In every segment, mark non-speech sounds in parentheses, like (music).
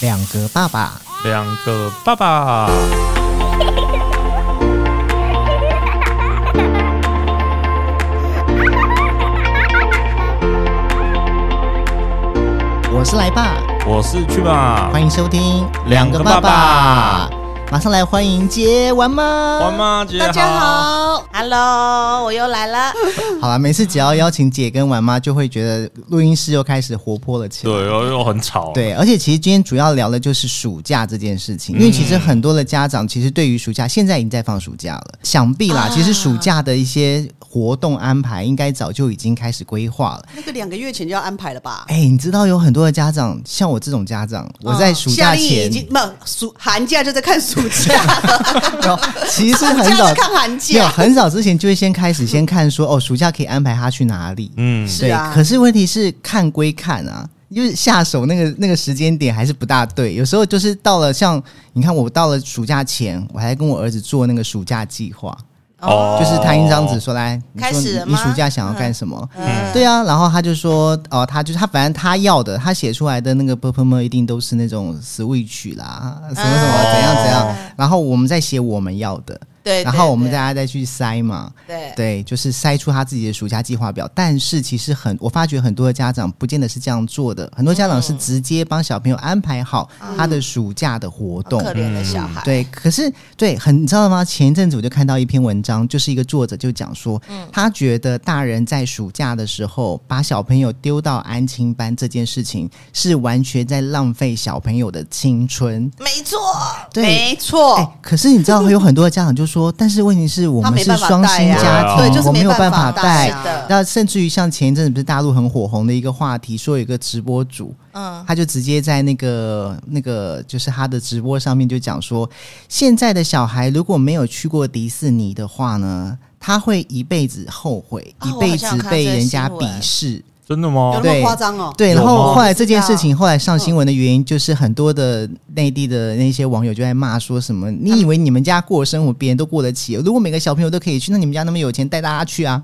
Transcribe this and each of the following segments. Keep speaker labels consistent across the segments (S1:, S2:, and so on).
S1: 两个爸爸，
S2: 两个爸爸。
S1: 我是来爸，
S2: 我是去吧，
S1: 欢迎收听
S2: 两个爸爸。
S1: 马上来欢迎接完吗？
S2: 王妈姐
S3: 大家。好，Hello，我又来了。
S1: 好了，每次只要邀请姐跟婉妈，就会觉得录音室又开始活泼了起
S2: 对，
S1: 来。
S2: 又又很吵。，
S1: 对，而且其实今天主要聊的就是暑假这件事
S2: 嗯
S1: 情，因为其实很多的家长其实对于暑假现在已经在放暑假了，想必
S2: 啊
S1: 啦，其实暑假的一些活动安排应该早就已经开始规划了。
S3: 那个两个月前就要安排了吧？
S1: 哎、你知道有很多的家长，像我这种家长，我
S2: 哦
S1: 在暑假
S3: 啊夏令营
S1: 前
S3: 已经没有暑寒假就在看
S1: (laughs)
S3: 暑假了，
S1: 有，哦其实很
S3: (laughs) 暑假
S1: 早
S3: 是看寒假
S1: 没有很早之前就会先开始先看说哦，暑假可以安排他去哪里。
S2: 嗯，
S3: 是
S1: 对，
S3: 啊
S1: 可是问题是看归看啊，就是下手那个那个时间点还是不大对。有时候就是到了像你看，我到了暑假前，我还跟我儿子做那个暑假计划，
S2: 哦
S1: 就是摊一张纸说来，你
S3: 开
S1: 说
S3: 始了
S1: 你
S3: 吗
S1: 暑假想要干什么？
S3: 嗯
S1: 对啊，然后他就说，哦，他就是他，反正他要的，他写出来的那个 p e r f o r m e 一定都是那种 switch 啦，什么什么
S3: 啊
S1: 怎样怎样，然后我们再写我们要的，
S3: 对
S1: 然后我们大家再去筛嘛，
S3: 对
S1: 对，就是筛出他自己的暑假计划表。但是其实很，我发觉很多的家长不见得是这样做的，很多家
S3: 嗯
S1: 长是直接帮小朋友安排好他的暑假的活动，
S3: 可怜的小孩，
S1: 对，可是对，很你知道吗？前一阵子我就看到一篇文章，就是一个作者就讲说，
S3: 嗯
S1: 他觉得大人在暑假的时候把小朋友丢到安亲班这件事情，是完全在浪费小朋友的青春。
S3: 没错，
S1: 对
S3: 没
S1: 哎、
S3: 错，
S1: 可是你知道，有很多的家长就说，但是问题是我
S3: 他
S1: 们
S3: 没
S1: 是
S3: 办法
S1: 双薪
S3: 带啊
S1: 家庭，
S3: 对就是
S1: 我没
S3: 没
S1: 有办
S3: 办
S1: 法
S3: 法带啊
S1: 带
S3: 是的。
S1: 那甚至于像前一阵子不是大陆很火红的一个话题，说有一个直播主，
S3: 嗯，
S1: 他就直接在那个那个就是他的直播上面就讲说，现在的小孩如果没有去过迪士尼的话呢，他会一辈子后悔，
S3: 哦
S1: 一辈子被人家鄙视。
S2: 真的
S3: 有
S2: 吗？
S3: 那
S1: 对
S3: 么夸张哦？
S1: 对，
S2: 有
S1: 然
S2: 吗
S1: 后后来这件事情后来上新闻的原因，就是很多的内地的那些网友就在骂说什么：“你以为你们家过的生活别人都过得起？如果每个小朋友都可以去，那你们家那么有钱，带大家去
S2: (laughs)
S1: 啊？”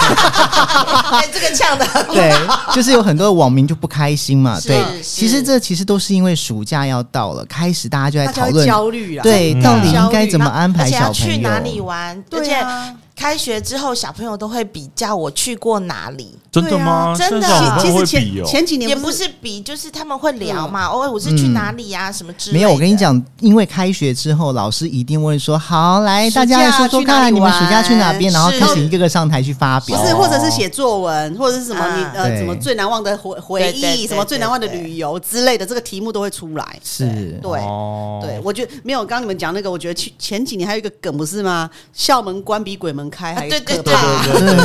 S3: 哎，这个呛的，
S1: (laughs) 对，就是有很多网民就不开心嘛。
S3: 是
S1: 对，
S3: 是
S1: 其实这其实都是因为暑假要到了，开始大家就在
S3: 大家
S1: 讨
S3: 会
S1: 论，
S3: 焦虑啊，
S1: 对，
S2: 嗯
S1: 到底应该怎么安排
S4: 啊而且
S1: 小
S4: 要
S1: 朋友？
S4: 去哪里玩？而
S3: 对
S4: 且
S3: 啊，
S4: 开学之后，小朋友都会比较我去过哪里，
S2: 真的吗？
S4: 对啊真的
S2: 现在小
S3: 其
S2: 朋友
S3: 实
S2: 会比
S3: 前
S2: 哦。
S3: 前几年
S4: 也不是比，就是他们会聊嘛。哦，我是去哪里呀？什么之
S1: 嗯
S4: 类的。
S1: 没有，我跟你，讲，因为开学之后，老师一定问说：“好，来，
S3: 暑
S1: 大
S3: 假
S1: 家来说说
S3: 去哪
S1: 看，
S3: 里
S1: 你们暑假去哪边？”
S3: 玩
S1: 然后
S4: 是
S1: 开始一个个上台去发
S3: 不
S1: 表。
S3: 是，或者是写作文，或者是什么你
S4: 哦啊
S3: 呃
S1: 对
S3: 什么最难忘的回回
S4: 对对
S3: 忆，
S4: 对
S3: 什么最难忘的
S4: 对对
S3: 旅游之类的，这个题目都会出来。
S1: 是
S3: 对，
S2: 哦
S3: 欸对，我觉得没有。刚刚你们讲那个，我觉得前前几年还有一个梗，不是吗？校门关比鬼门开
S4: 啊
S3: 还
S4: 对对
S3: 可
S4: 对
S3: 怕。
S2: 对对对对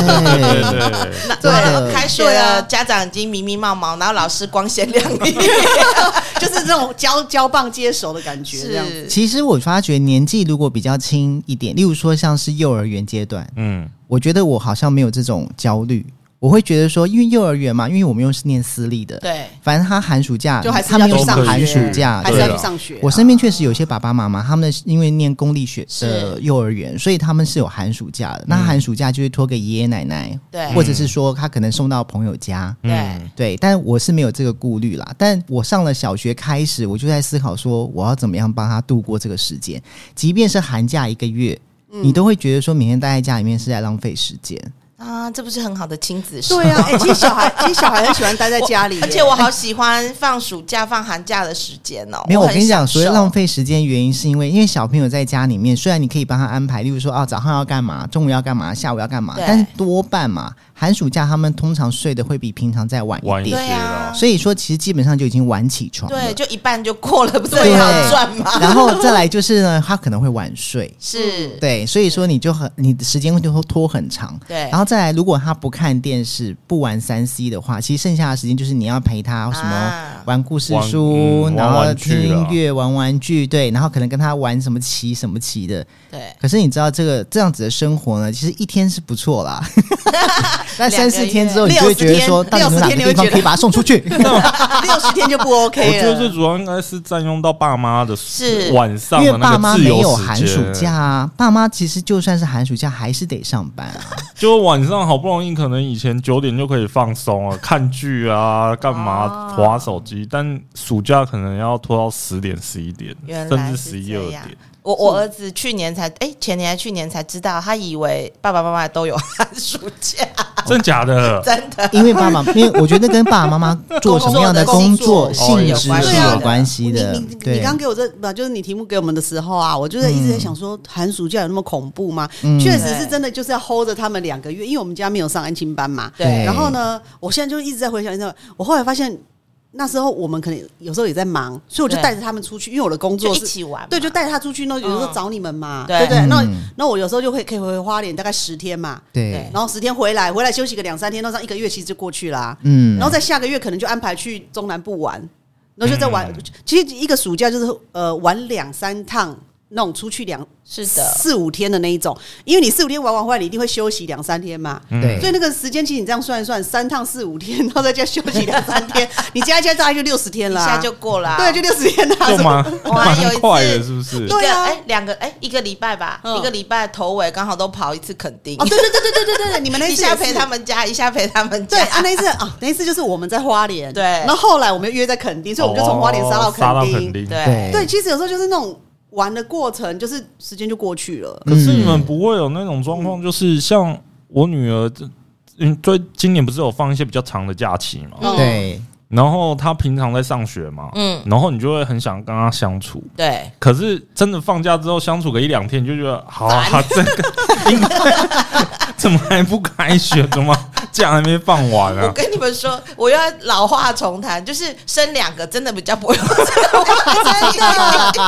S1: (laughs)
S2: 对 (laughs) 对，
S4: 那
S1: 真的
S4: 对开学
S3: 对啊
S4: 了，家长已经迷迷冒冒，然后老师光鲜亮
S1: (laughs)
S4: 丽。
S3: 就是这种交交棒接手的感觉，这样子。
S1: 其实我发觉年纪如果比较轻一点，例如说像是幼儿园阶段，
S2: 嗯，
S1: 我觉得我好像没有这种焦虑。我会觉得说，因为幼儿园嘛，因为我们又是念私立的，
S4: 对，
S1: 反正他寒暑假
S3: 就还是
S1: 他们
S3: 要
S1: 又
S3: 去上
S1: 寒
S3: 学
S1: 暑假，对。
S3: 还是
S2: 对啊
S3: 要去上学啊。
S1: 我身边确实有些爸爸妈妈，他们因为念公立学的
S4: 是
S1: 幼儿园，所以他们是有寒暑假
S3: 嗯
S1: 的。那寒暑假就会托给爷爷奶奶，
S4: 对
S1: 或者是说他可能送到朋友家。
S2: 嗯
S4: 对，
S1: 对，但我是没有这个顾虑啦。但我上了小学开始，我就在思考说，我要怎么样帮他度过这个时间，即便是寒假一个月，
S3: 嗯
S1: 你都会觉得说，每天待在家里面是在浪费时间。
S4: 啊，这不是很好的亲子时
S3: 对 (laughs) 啊，哎，其实小孩，其实小孩很喜欢待在家 (laughs) 里耶，
S4: 而且我好喜欢放暑假、放寒假的时间哦。
S1: 没有，我
S4: 很
S1: 跟你讲，
S4: 享
S1: 所谓
S4: 受
S1: 浪费时间，原因是因为因为小朋友在家里面，虽然你可以帮他安排，例如说啊，早上要干嘛，中午要干嘛，下午要干嘛，
S4: 对
S1: 但是多半嘛，寒暑假他们通常睡得会比平常再晚
S2: 晚
S1: 一
S2: 一
S1: 点，
S2: 些
S4: 对
S2: 啦
S4: 啊。
S1: 所以说其实基本上就已经晚起床了。
S4: 对，就一半就过了，不是
S1: 对
S4: 很好赚吗？
S1: (laughs) 然后再来就是呢，他可能会晚睡。
S4: 是，
S1: 对，所以说你就很你的时间就会拖很长，
S4: 对
S1: 然后再来，如果他不看电视、不玩三 C 的话，其实剩下的时间就是你要陪他什么
S4: 啊
S1: 玩故事
S2: 玩
S1: 书，
S2: 嗯
S1: 然
S2: 玩
S1: 后
S2: 玩具
S1: 听音
S2: 啦
S1: 乐、玩玩具，对，然后可能跟他玩什么棋什么棋的。
S4: 对，
S1: 可是你知道这个这样子的生活呢，其实一天是不错啦，但三四天之后，你
S3: 两
S1: 就
S3: 个
S1: 会
S3: 月
S1: 觉得说，到底有没有哪个地方可以把它送出去？
S3: 六十天就不
S2: 我
S3: OK
S2: 觉得
S3: 了
S2: 最。主要应该是占用到爸妈的
S4: 是
S2: 晚上
S1: 因为
S2: 的
S1: 爸
S2: 那
S1: 妈
S2: 个自
S1: 没
S2: 由
S1: 有
S2: 时
S1: 寒
S2: 间
S1: 暑假，啊，爸妈其实就算是寒暑假，还是得上班啊。
S2: (laughs) 就晚上好不容易可能以前九点就可以放松了，看剧啊，干嘛
S4: 哦
S2: 划手机，但暑假可能要拖到十点、十一点，
S4: 原
S2: 甚
S4: 来
S2: 至
S4: 是
S2: 十一
S4: 这
S2: 二
S4: 样
S2: 点。。
S4: 我我儿子去年才，哎、前年还去年才知道，他以为爸爸妈妈都有寒暑假，
S2: (laughs) 真假
S4: (laughs)
S2: 的？
S4: 真的。
S1: 因为爸
S3: (laughs)
S1: 妈，因为我觉得跟爸爸妈妈做什么样的工作
S4: 工
S1: 性
S4: 作的
S1: 质
S3: 哦
S4: 工作
S1: 是有关系的
S3: 啊你。你你
S1: 对，
S3: 刚给我这不就是你题目给我们的时候啊，我就是一直在想说寒暑假有那么恐怖吗？
S1: 嗯
S3: 确实是真的，就是要 hold 着他们两个月，因为我们家没有上安亲班嘛。
S4: 哎
S1: 对
S3: 然后呢，我现在就一直在回想，一下，我后来发现那时候我们可能有时候也在忙，所以我就
S4: 对
S3: 带着他们出去，因为我的工
S4: 就
S3: 作
S4: 一
S3: 是
S4: 起玩嘛，
S3: 对，就带他出去呢，有时候
S4: 嗯
S3: 找你们嘛，
S4: 对
S3: 对不对？那
S1: 嗯
S3: 那我有时候就会可以回花莲大概十天嘛，
S1: 对，
S4: 嗯
S3: 然后十天回来，回来休息个两三天，那这样一个月其实就过去啦。
S1: 嗯
S3: 然，后在下个月可能就安排去中南部玩，然后就在玩。
S2: 嗯
S3: 其实一个暑假就是呃玩两三趟那种出去两
S4: 是的，
S3: 四五天的那一种，因为你四五天玩完回来，你一定会休息两三天嘛。
S2: 嗯
S1: 对
S3: 所以那个时间，其实你这样算一算，三趟四五天，然后在家休息两三
S4: (laughs)
S3: 天，你加一加大概就六十天
S4: 一
S3: 啦、
S4: 下就过了啊、
S3: 对，就六十天啦、
S2: 就蛮
S4: 我还有一
S2: 蛮
S4: 次
S2: 快的，是不是？
S3: 对啊
S4: 哎，两个哎，一个礼拜吧，
S3: 嗯
S4: 一个礼拜头尾刚好都跑一次垦丁
S3: 哦，，对对对对对对对对，你们那一
S4: (laughs) 一
S3: 次也
S4: 下
S3: 是
S4: 陪他们家，一下陪他们
S3: 对
S4: 家，
S3: 啊，那一次啊，那一次就是我们在花莲，
S4: 对
S3: 然后后来我们又约在垦丁，所以我们就从花莲杀到
S2: 哦杀到
S3: 垦丁。
S2: 丁。
S4: 对，
S3: 对，其实有时候就是那种玩的过程，就是时间就过去
S4: (laughs)
S3: 了。
S2: 可是你们不会有那种状况，就是像我女儿，嗯，最今年不是有放一些比较长的假期嘛？
S4: 嗯
S1: 对，
S2: 然后她平常在上学嘛，
S4: 嗯，
S2: 然后你就会很想跟她相处。
S4: 对，
S2: 可是真的放假之后相处个一两天，你就觉得好啊，这个应该 (laughs) 怎么还不开学？怎么假还没放完
S4: 我
S2: 啊？
S4: 跟你们说，我要老话重谈，就是生两个真的比较不会有这个
S3: (laughs)
S4: 问题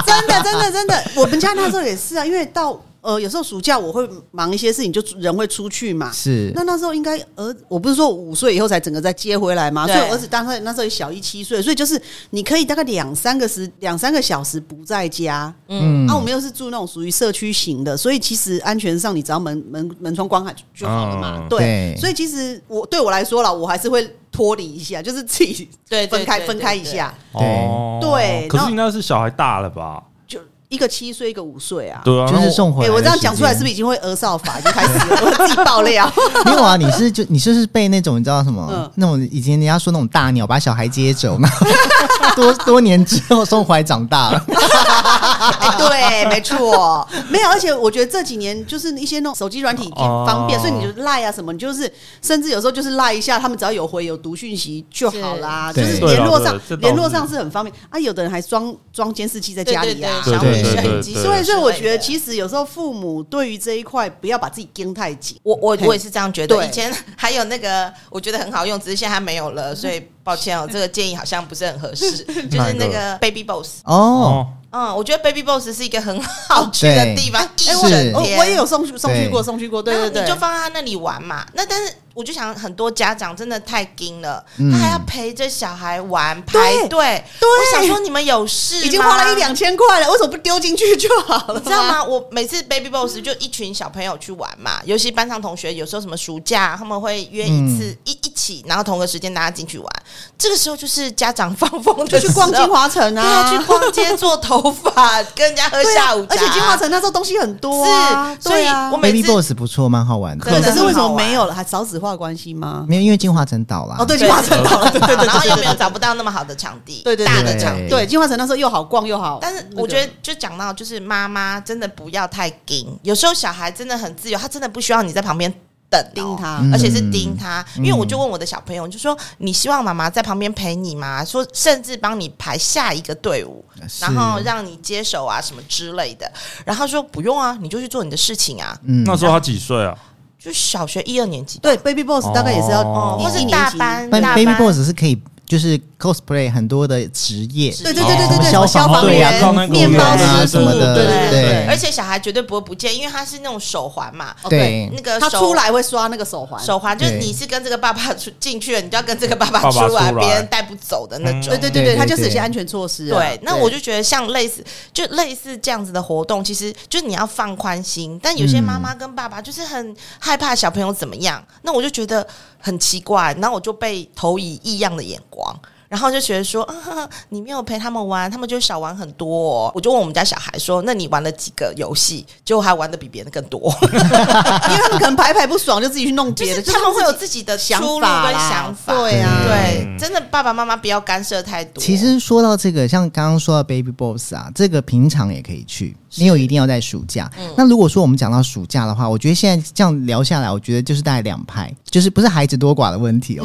S3: 真的，真的，真的，我们家那时候也是啊，因为到呃有时候暑假我会忙一些事情，就人会出去嘛。
S1: 是
S3: 那那时候应该儿，我不是说五岁以后才整个再接回来嘛，所
S4: 对
S3: 以儿子当时那时候小一七岁，所以就是你可以大概两三个时两三个小时不在家，
S1: 嗯
S3: 啊，我们又是住那种属于社区型的，所以其实安全上你只要门门门窗关好就就好了嘛。
S2: 嗯
S1: 对
S3: 对，所以其实我对我来说啦，我还是会脱离一下，就是自己
S4: (laughs) 对，对
S3: 分开
S4: 对对
S3: 分开一下，
S1: 对
S2: 哦
S3: 对
S2: 可
S3: 然
S2: 是
S3: 后
S2: 应该是小孩大了吧？
S3: 就一个七岁，一个五岁啊。
S2: 对啊，
S1: 就是送回
S3: 哎、
S1: 来。
S3: 我这样讲出来是不是
S1: 是？
S3: 已经会儿少法已经开始了？ (laughs) 我自己爆料，
S1: 没有啊，你是就你就是被那种你知道什么
S3: 嗯
S1: 那种以前人家说那种大鸟把小孩接走，然后 (laughs) 多多年之后送回来长大
S3: (laughs)
S1: 了。
S3: 哎 (laughs) 对，没错，没有。而且我觉得这几年就是一些那种手机软体也方便，
S2: 哦
S3: 所以你就赖啊什么，你就是甚至有时候就是赖一下，他们只要有回有读讯息就好啦，
S1: 是
S3: 就是
S1: 对
S3: 联络上
S2: 对这倒是
S3: 联络上是很方便啊。有的人还装装监视器在
S4: 对
S3: 家
S4: 对
S3: 里啊
S4: 对，，
S2: 对
S4: 小
S1: 对
S4: 米
S1: 对
S4: 摄影
S2: 对
S4: 机，
S2: 对
S3: 所以，所以我觉得其实有时候父母对于这一块不要把自己盯太紧。
S4: 我我
S3: 嘿
S4: 我也是这样觉得。
S3: 对
S4: 以前还有那个，我觉得很好用，只是现在它没有了，所以抱歉哦，这个建议好像不是很
S3: (laughs)
S4: 合适。就是那个 Baby Boss，
S1: 哦，
S2: 哦，
S4: 嗯，我觉得 Baby Boss 是一个很好去的地方，一
S1: 哎
S4: 整
S1: 我
S4: 天
S3: 哦，我也有送去送去过，
S1: 对
S3: 送去过，对
S4: 然后
S3: 对对，
S4: 你就放在他那里玩嘛。那但是我就想，很多家长真的太精了，
S1: 嗯
S4: 他还要陪着小孩玩
S3: 对
S4: 排队。
S3: 对
S4: 我想说你们有事吗
S3: 已经花了一。两千块了，为什么不丢进去就好了？
S4: (laughs) 你知道？吗？我每次 Baby Boss 就一群小朋友去玩嘛，尤其班上同学，有时候什么暑假他们会约一次、
S3: 嗯
S4: 一一起，然后同个时间大家进去玩。这个时候就是家长放风
S3: 就
S4: 的
S3: 去逛
S4: 时候
S3: 金，华城
S4: 对啊，
S3: 啊，
S4: 去逛街做头发，跟人家喝
S3: 对啊
S4: 下午茶，
S3: 而且金华城那时候东西很多啊，
S4: 是，所以
S3: 对啊
S4: 我每
S1: Baby
S4: 次
S1: Boss 不错，蛮好玩的。
S4: 真的
S3: 可是为什
S4: 很好
S3: 么
S4: 玩
S3: 没有了？还少子化的关系吗？
S1: 没有，因为金华城倒了。
S3: 哦，对，
S4: 对
S3: 金华城倒了，对对对，
S4: 然后又没有找不到那么好的场地，
S3: 对对对
S4: 大
S1: 对
S4: 的场地。
S3: 对金华城那时候又好逛又好，
S4: 但是
S3: 哦那个
S4: 我觉得，就讲到，就是妈妈真的不要太盯，有时候小孩真的很自由，他真的不需要你在旁边等哦
S3: 盯他
S1: 嗯
S4: 而且是盯他。
S1: 嗯
S4: 因为我就问我的小朋友，就说你希望妈妈在旁边陪你吗？说甚至帮你排下一个队伍，
S1: 是
S4: 然后让你接手啊什么之类的。然后他说不用啊，你就去做你的事情啊，
S1: 嗯
S2: 那时候他几岁啊？
S4: 就小学一二年级吧，
S3: 对 Baby Boss 大概也是要
S2: 哦
S4: 哦，
S3: 一
S4: 或
S3: 一
S4: 是
S3: 年
S4: 大
S3: 级
S4: 班，
S1: 但
S4: 大
S1: Baby
S4: 班
S1: Boss 是可以，就是 cosplay 很多的职业，
S3: 对对对对对对，
S1: 消防
S3: 防
S1: 队啊
S3: 员
S1: 消防、
S3: 面
S1: 队
S3: 包
S1: 啊
S3: 师
S1: 什么
S3: 傅
S1: 的
S3: 对
S1: 对对
S4: 而且小孩绝对不会不见，因为他是那种手环嘛，
S3: 哦
S1: 对
S4: 那个
S3: 他
S4: 手
S3: 出来会刷那个手环，
S4: 手环，就是
S1: 对
S4: 你是跟这个爸爸出进去了，你就要跟这个爸爸
S2: 爸
S4: 出
S2: 爸
S4: 来，
S2: 出来
S4: 别人带不走的那种。
S3: 对
S1: 对
S3: 对对
S1: 对
S3: 对，他就是有
S1: 对
S3: 些安全措施啊。
S4: 对，那我就觉得像类似就类似这样子的活动，其实就是你要放宽心，但有些妈妈跟爸爸就是很害怕小朋友怎么样，那我就觉得很奇怪，然后我就被投以异样的眼光。然后就觉得说， (laughs) 啊，你没有陪他们玩，他们就少玩很多哦、 (laughs) 我就问我们家小孩说，那你玩了几个游戏？结果还玩的比别人更多。
S3: 因为他们可能排排不爽，就自己去弄别的，
S4: 就是他们会有
S3: 自
S4: 自己的
S3: 己想
S4: 出路
S3: 法
S4: 跟
S3: 啦
S4: 想法。
S3: 对啊，
S4: 对
S2: 嗯，
S4: 真的爸爸妈妈不要干涉太多。
S1: 其实说到这个，像刚刚说到 Baby Boss 啊，这个平常也可以去，没有一定要在暑假。那如果说我们讲到暑假的话，我觉得现在这样聊下来，我觉得就是大概两派，就是不是孩子多寡的问 (laughs) 题哦，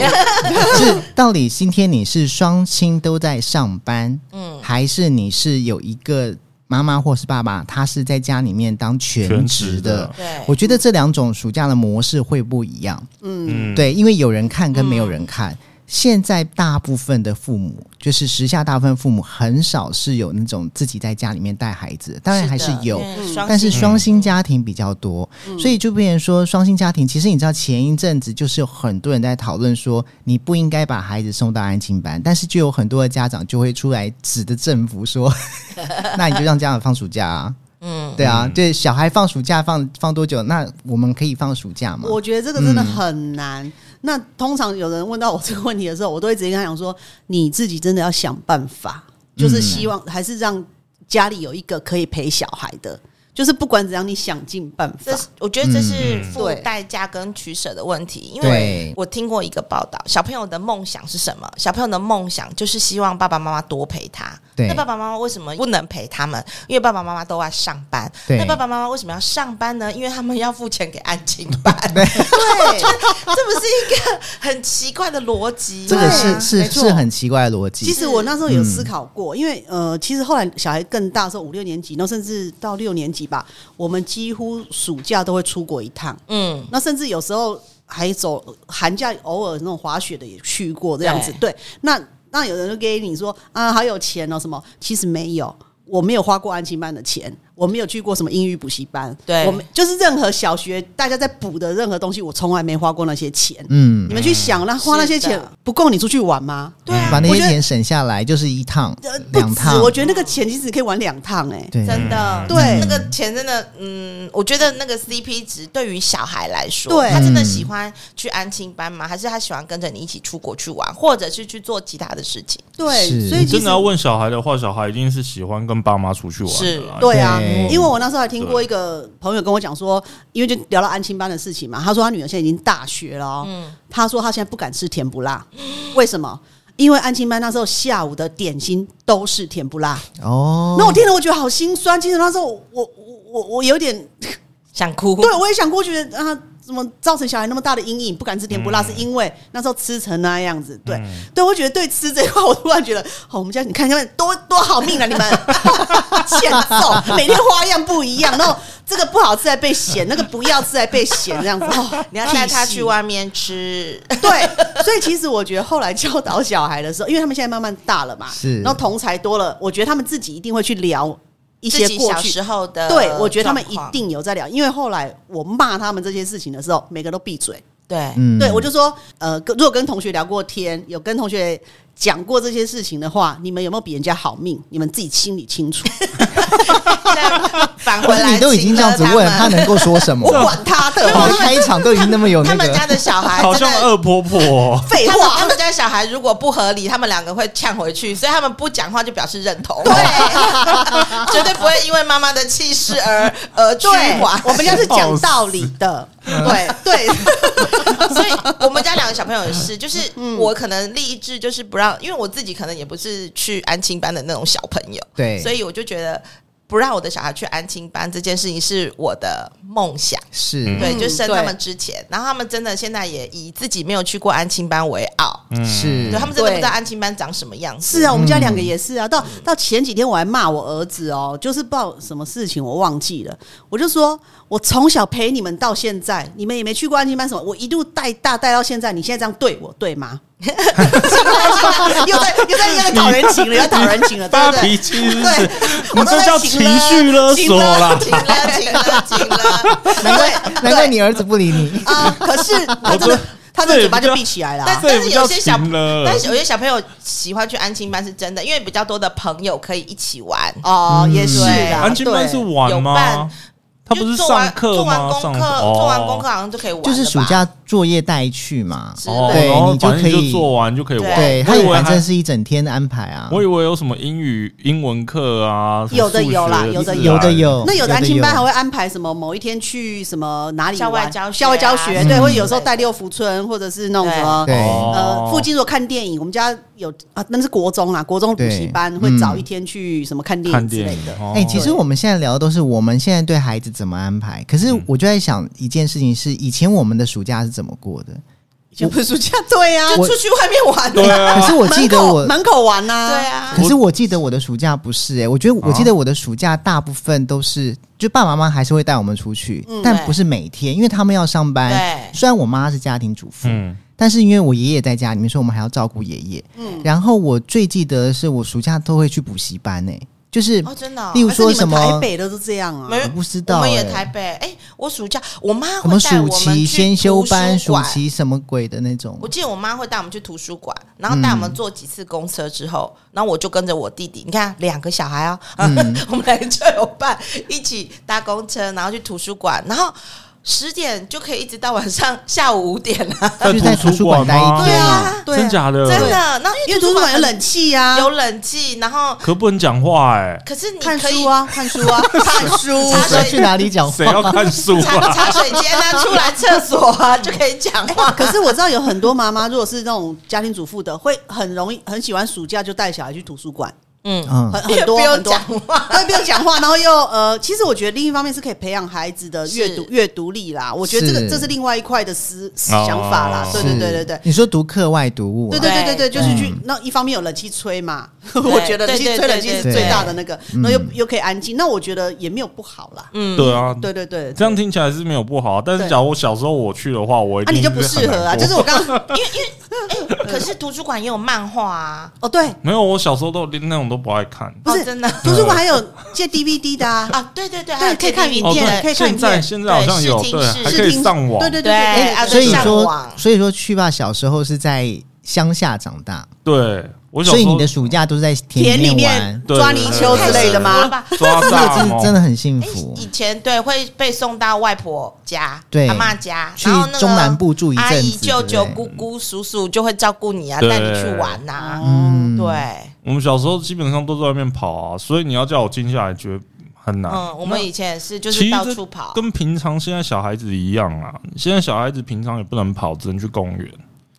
S1: 是到底今天你是双亲都在上班，嗯，还是你是有一个妈妈或是爸爸，他是在家里面当全
S2: 全
S1: 职
S2: 职
S1: 的。
S2: 的
S4: 对，
S1: 我觉得这两种暑假的模式会不一样。
S2: 嗯，
S1: 对，因为有人看跟没有人看。现在大部分的父母，就是时下大部分父母很少是有那种自己在家里面带孩子的，当然还是有，
S4: 嗯
S1: 但是
S4: 双
S1: 双薪家庭比较多，
S3: 嗯
S1: 所以就变成说双薪家庭。其实你知道，前一阵子就是有很多人在讨论说，你不应该把孩子送到安亲班，但是就有很多的家长就会出来指着政府
S3: (laughs)
S1: 说， (laughs) 那你就让家长放暑假啊。嗯，对啊，对，小孩放暑假放放多久？那我们可以放暑假吗？
S3: 我觉得这个真的很难。那通常有人问到我这个问题的时候，我都会直接跟他讲说：“你自己真的要想办法，就是希望还是让家里有一个可以陪小孩的，就是不管怎样，你想尽办法
S4: 这。是我觉得这是
S2: 嗯
S4: 付
S3: 对
S4: 代价跟取舍的问题，因为
S1: 对
S4: 我听过一个报道，小朋友的梦想是什么？小朋友的梦想就是希望爸爸妈妈多陪他。
S1: 对
S4: 那爸爸妈妈为什么不能陪他们？因为爸爸妈妈都要上班。
S1: 对
S4: 那爸爸妈妈为什么要上班呢？因为他们要付钱给安亲
S1: (laughs)
S4: 班。 (laughs)
S3: 对，
S4: 这不是一个很奇怪的逻辑吗？
S1: 这个是
S3: 对啊
S1: 是
S3: 没错
S1: 是很奇怪的逻辑。
S3: 其实我那时候有思考过，因为呃，其实后来小孩更大的时候，五六年级，然后甚至到六年级吧，我们几乎暑假都会出国一趟。
S4: 嗯，
S3: 那甚至有时候还走寒假，偶尔那种滑雪的也去过这样子。对，那那有人就给你说啊，好有钱哦什么？其实没有，我没有花过安亲班的钱，我没有去过什么英语补习班，
S4: 对
S3: 我们就是任何小学大家在补的任何东西，我从来没花过那些钱。
S1: 嗯
S3: 你，们去想，那花那些
S4: 是的
S3: 钱不够你出去玩吗？
S4: 对啊，
S1: 把那
S3: 我
S1: 些
S3: 觉得
S1: 钱省下来就是一趟
S3: 呃，不
S1: 两
S3: 止
S1: 趟，，
S3: 我觉得那个钱其实可以玩两趟哎、
S1: 对
S4: 真的，
S2: 嗯
S3: 对
S4: 那个钱真的，嗯，我觉得那个 CP 值对于小孩来说，
S3: 对
S4: 他真的喜欢去安亲班吗？还是他喜欢跟着你一起出国去玩，或者是去做其他的事情？
S1: 是
S3: 对，所
S1: 你
S2: 你
S3: 以其
S2: 真
S3: 实
S2: 的要问小孩的话，小孩一定是喜欢跟爸妈出去玩的啦。
S3: 对啊
S1: 对，
S3: 因为我那时候还听过一个朋友跟我讲说，因为就聊到安亲班的事情嘛，他说他女儿现在已经大学了、哦，
S1: 嗯
S3: 他说他现在不敢吃甜不辣，为什么？因为安亲班那时候下午的点心都是甜不辣，
S1: 哦，
S3: 那我听了我觉得好心酸。其实那时候我我我我有点，
S4: 想哭
S3: 对我也想过去啊，怎么造成小孩那么大的阴影，不敢吃甜不
S4: 嗯
S3: 辣，是因为那时候吃成那样子。对，对我觉得对吃这一块，我突然觉得， (laughs) 哦，我们家你看他们多多好命啊，你们欠揍，每天花样不一样，然后这个不好吃还被嫌，那个不要吃还被嫌，这
S4: (laughs)
S3: 样子。哦，
S4: 你要带他
S3: 气
S4: 去
S3: 死。
S4: 外面吃，
S3: (laughs) 对，所以其实我觉得后来教导小孩的时候，因为他们现在慢慢大了嘛，
S1: 是
S3: 然后同才多了，我觉得他们自己一定会去聊一
S4: 自
S3: 些
S4: 己
S3: 过
S4: 小
S3: 去
S4: 时候的，
S3: 对，我觉得他们一定有在聊，因为后来我骂他们这些事情的时候，每个都闭嘴。
S4: 对，
S1: 嗯
S3: 对我就说，呃，跟如果跟同学聊过天，有跟同学讲过这些事情的话，你们有没有比人家好命？你们自己心里清
S4: (laughs)
S3: 楚。
S4: 再
S1: (laughs)
S4: 返
S1: 不
S4: 回
S1: 是
S4: 来
S1: 你都已经这样子问，他
S4: 们。
S1: 能够说什么
S3: (laughs) 我？管他的，
S1: 我们开场都已经那么有
S4: 他
S1: 那
S4: 们家
S1: 个，
S4: 的小孩
S2: 好
S4: 真
S2: 像
S4: 的
S2: 恶婆婆哦、
S3: 废
S4: 他们他
S3: 话。
S4: 们家小孩如果不合理，他们两个会呛回去，所以他们不讲话就表示认同，对， (laughs) 绝对不会因为妈妈的气势而呃而屈
S3: 对
S4: 缓，。
S3: 我们家是讲道理的。对对，
S4: (laughs) 所以我们家两个小朋友
S3: (laughs)
S4: 也是，就是
S3: 嗯
S4: 我可能立志就是不让，因为我自己可能也不是去安亲班的那种小朋友，
S3: (laughs)
S1: 对
S4: 所以我就觉得不让我的小孩去安亲班这件事情是我的梦想。
S1: 是，
S4: 对，
S3: 嗯
S4: 就生他们
S3: 对
S4: 之前，然后他们真的现在也以自己没有去过安亲班为傲，
S1: (laughs)
S2: 嗯
S1: 是
S4: 对他们真的不知道
S3: 对
S4: 安亲班长什么样子。
S3: 是啊，我们家两个也是啊。到到前几天我还骂我儿子哦，就是不知道什么事情我忘记了，我就说我从小陪你们到现在，你们也没去过安亲班什么，我一路带大带到现在，你现在这样对我对吗？又在又在又在讨人情了，又在讨人
S2: (laughs)
S3: 情了，对
S2: 发
S3: 不对
S2: 脾？气是不是
S3: 对？，
S2: 你
S3: 我都
S2: 这
S3: 在
S2: 叫
S3: 请
S2: 情绪勒
S3: 请
S4: 啊
S2: 索啦
S4: (laughs)
S3: 请了，请了，请了，
S1: 难怪难怪
S3: 对
S1: 你儿子不理你，
S3: 啊！可是他真
S2: 我
S3: 的
S2: 这，
S3: 他的嘴巴就闭起来了啊。
S4: 但
S2: 这也
S4: 但
S2: 不
S4: 是
S2: 叫
S4: 有些小
S2: 情，了
S4: 但是有些小朋友喜欢去安亲班是真的，因为比较多的朋友可以一起玩。
S3: 哦，也是
S4: 对
S3: 啊，
S2: 安亲班是
S3: 对
S2: 玩
S4: 有伴
S2: 吗？他不
S4: 就是做完
S2: 上课
S4: 做完
S2: 吗？
S4: 功
S2: 上
S4: 课，
S2: 哦
S4: 做完功课好像就可以玩了吧，
S1: 就是暑假作业带去嘛。
S4: 之
S2: 哦，
S4: 类
S1: 对
S4: 的。
S2: 然后
S1: 你就
S2: 反正
S1: 可以
S2: 就做完就可以玩。
S1: 对，他
S2: 我以为
S1: 反
S2: 还
S1: 正是一整天的安排啊。
S2: 我以为有什么英语、英文课啊，什么
S3: 有的
S2: 数学
S3: 有啦
S2: 自
S3: 有的
S2: 然
S1: 有的有，
S3: 那有的安亲班还
S1: 哦有
S3: 会安排什么某一天去什么哪里
S4: 校外
S3: 玩
S4: 教学啊
S3: 校外教学，对，
S1: 嗯
S3: 或者有时候带六福村，或者是那种什么
S1: 对
S3: 呃
S2: 哦，
S3: 附近如果看电影，我们家有啊，那是国中啦，国中补习班
S1: 对
S3: 会找
S1: 嗯
S3: 一天去什么看电
S2: 看
S3: 影之
S2: 电
S3: 类
S2: 影
S3: 的。。
S2: 哦
S1: 哎、其实我们现在聊的都是我们现在对孩子怎么安排。可是我就在想一件事情是，以前我们的暑假是怎么过的？
S3: 以前不是暑假， (laughs) 对啊呀，
S4: 就出去外面玩
S2: 对
S4: 了。
S1: 可
S2: 啊
S1: 是，我记得我
S3: 门口门口玩呐，
S4: 对，啊，
S1: 可是我记得我的暑假不是哎、我觉得我记得我的暑假大部分都是，就爸爸妈妈还是会带我们出去，但不是每天，因为他们要上班。
S4: 嗯对
S1: 虽然我妈是家庭主妇，
S2: 嗯，
S1: 但是因为我爷爷在家里面，所以我们还要照顾爷爷。嗯，然后我最记得的是，我暑假都会去补习班哎、就是、
S4: 哦，真的哦
S1: 例如
S3: 还是
S1: 说
S3: 你
S1: 什
S3: 们
S1: 么
S3: 台北的都这样
S4: 没
S3: 啊，
S4: 有
S1: 我不知道
S4: 我们也
S1: 欸
S4: 台北。哎，我暑假我妈
S1: 什
S4: 会
S1: 么
S4: 带我
S1: 暑
S4: 们
S1: 期
S4: 去
S1: 先修
S4: 图书
S1: 班、暑
S4: 馆
S1: 期什么鬼的那种
S4: 我。记得我妈会带我们去图书馆，然后带我们坐几次公车之后，然后我就跟着我弟弟，你看两个小孩啊，
S3: 嗯
S4: (laughs) 我们两个就有伴，一起搭公车，然后去图书馆，然后十点就可以一直到晚上下午五点了。
S1: 就是在图书馆待一
S2: 吗？
S1: 天
S3: 啊对啊
S2: 真假的？
S4: 真的，然后
S3: 因为图书馆有冷气啊，
S4: 有冷气，然后
S2: 可不能讲话
S3: (laughs)
S2: 哎，
S4: 可是你
S3: 看
S4: 可以
S3: 书啊，看书啊，看书
S4: 茶
S1: 是要
S4: 水
S1: 去哪里讲
S2: 谁
S1: 话？
S2: 要看书
S4: 茶
S2: 啊？
S4: 茶水间啊，出来厕所啊就可以讲话。
S3: (laughs) 可是我知道有很多妈妈，如果是那种家庭主妇的，会很容易很喜欢暑假就带小孩去图书馆，
S4: 嗯，
S1: 嗯
S3: (laughs) 很很多
S4: 因为
S3: 很
S4: 不
S3: 多
S4: 用讲话，
S3: 对，不用讲话，然后又呃，其实我觉得另一方面是可以培养孩子的阅读
S4: 是
S3: 阅读力啦。我觉得这
S1: 是
S3: 个这是另外一块的思思想法啦
S2: 哦。
S3: 对对
S1: 是
S3: 对对对。
S1: 你说读课外读物、啊，
S3: 对对对对对，
S4: 对
S3: 就是去
S2: 嗯
S3: 那一方面有冷气吹嘛， (laughs) 我觉得冷气
S4: 对对
S3: 吹冷气
S4: 对
S3: 是
S1: 对
S3: 最大的那个，
S1: 嗯
S3: 然后又又可以安静，那我觉得也没有不好啦。
S4: 嗯，
S2: 对啊，
S3: 对对对，
S2: 这样听起来是没有不好，但是
S3: 对
S2: 假如我小时候我去的话，我一
S3: 啊
S2: 定
S3: 你就不适合啊，
S2: 很难过
S3: 就是我刚
S4: 可是图书馆也有漫画啊，
S3: (laughs) 哦对，
S2: 没有，我小时候都连那种都不爱看。
S3: 不是
S4: 哦真的
S3: 图书馆还有借 DVD 的啊，
S4: 啊，对对对，还
S3: 对
S4: 有
S3: 可以看
S4: KTV
S3: 影
S2: 哦，
S3: 片
S2: 对，
S3: 可以看
S2: 现
S3: 影片
S2: 在现在好像有
S4: 对视听
S2: 对，(laughs)
S4: 室
S2: 还
S3: 视
S2: 可以
S3: 听
S2: 上网
S3: 对，对哎
S4: 对
S3: 对
S4: 啊
S1: 所以
S4: 上
S1: 说
S4: 网，
S1: 所以说去吧，小时候是在乡下长大，
S2: 对我小
S1: 所
S2: 时
S1: 以
S2: 候
S1: 你的暑假都是在
S3: 田
S1: 田
S3: 里
S1: 里面
S3: 面
S1: 玩，
S2: 对
S3: 抓泥鳅之类的
S4: 太幸福了
S3: 吗？
S4: 吧
S2: (laughs) 抓
S1: 那
S2: 大
S1: 真
S2: 猫
S1: 的真的很幸
S4: 诶
S1: 福。
S4: 以前对会被送到外婆家、
S1: 对
S4: 阿嬷家，
S1: 去
S4: 然后那个
S1: 中南部住一阵子
S4: 阿姨、舅舅、
S1: 对不
S4: 姑姑、叔叔就会照顾你啊，
S2: 对
S4: 带你去玩呐、
S1: 嗯，
S4: 对，
S2: 我们小时候基本上都在外面跑啊，所以你要叫我静下来，觉得很难。
S4: 嗯，我们以前也是就
S2: 其
S4: 是
S2: 实
S4: 到
S2: 这
S4: 处跑，
S2: 跟平常现在小孩子一样啊，现在小孩子平常也不能跑，只能去公园。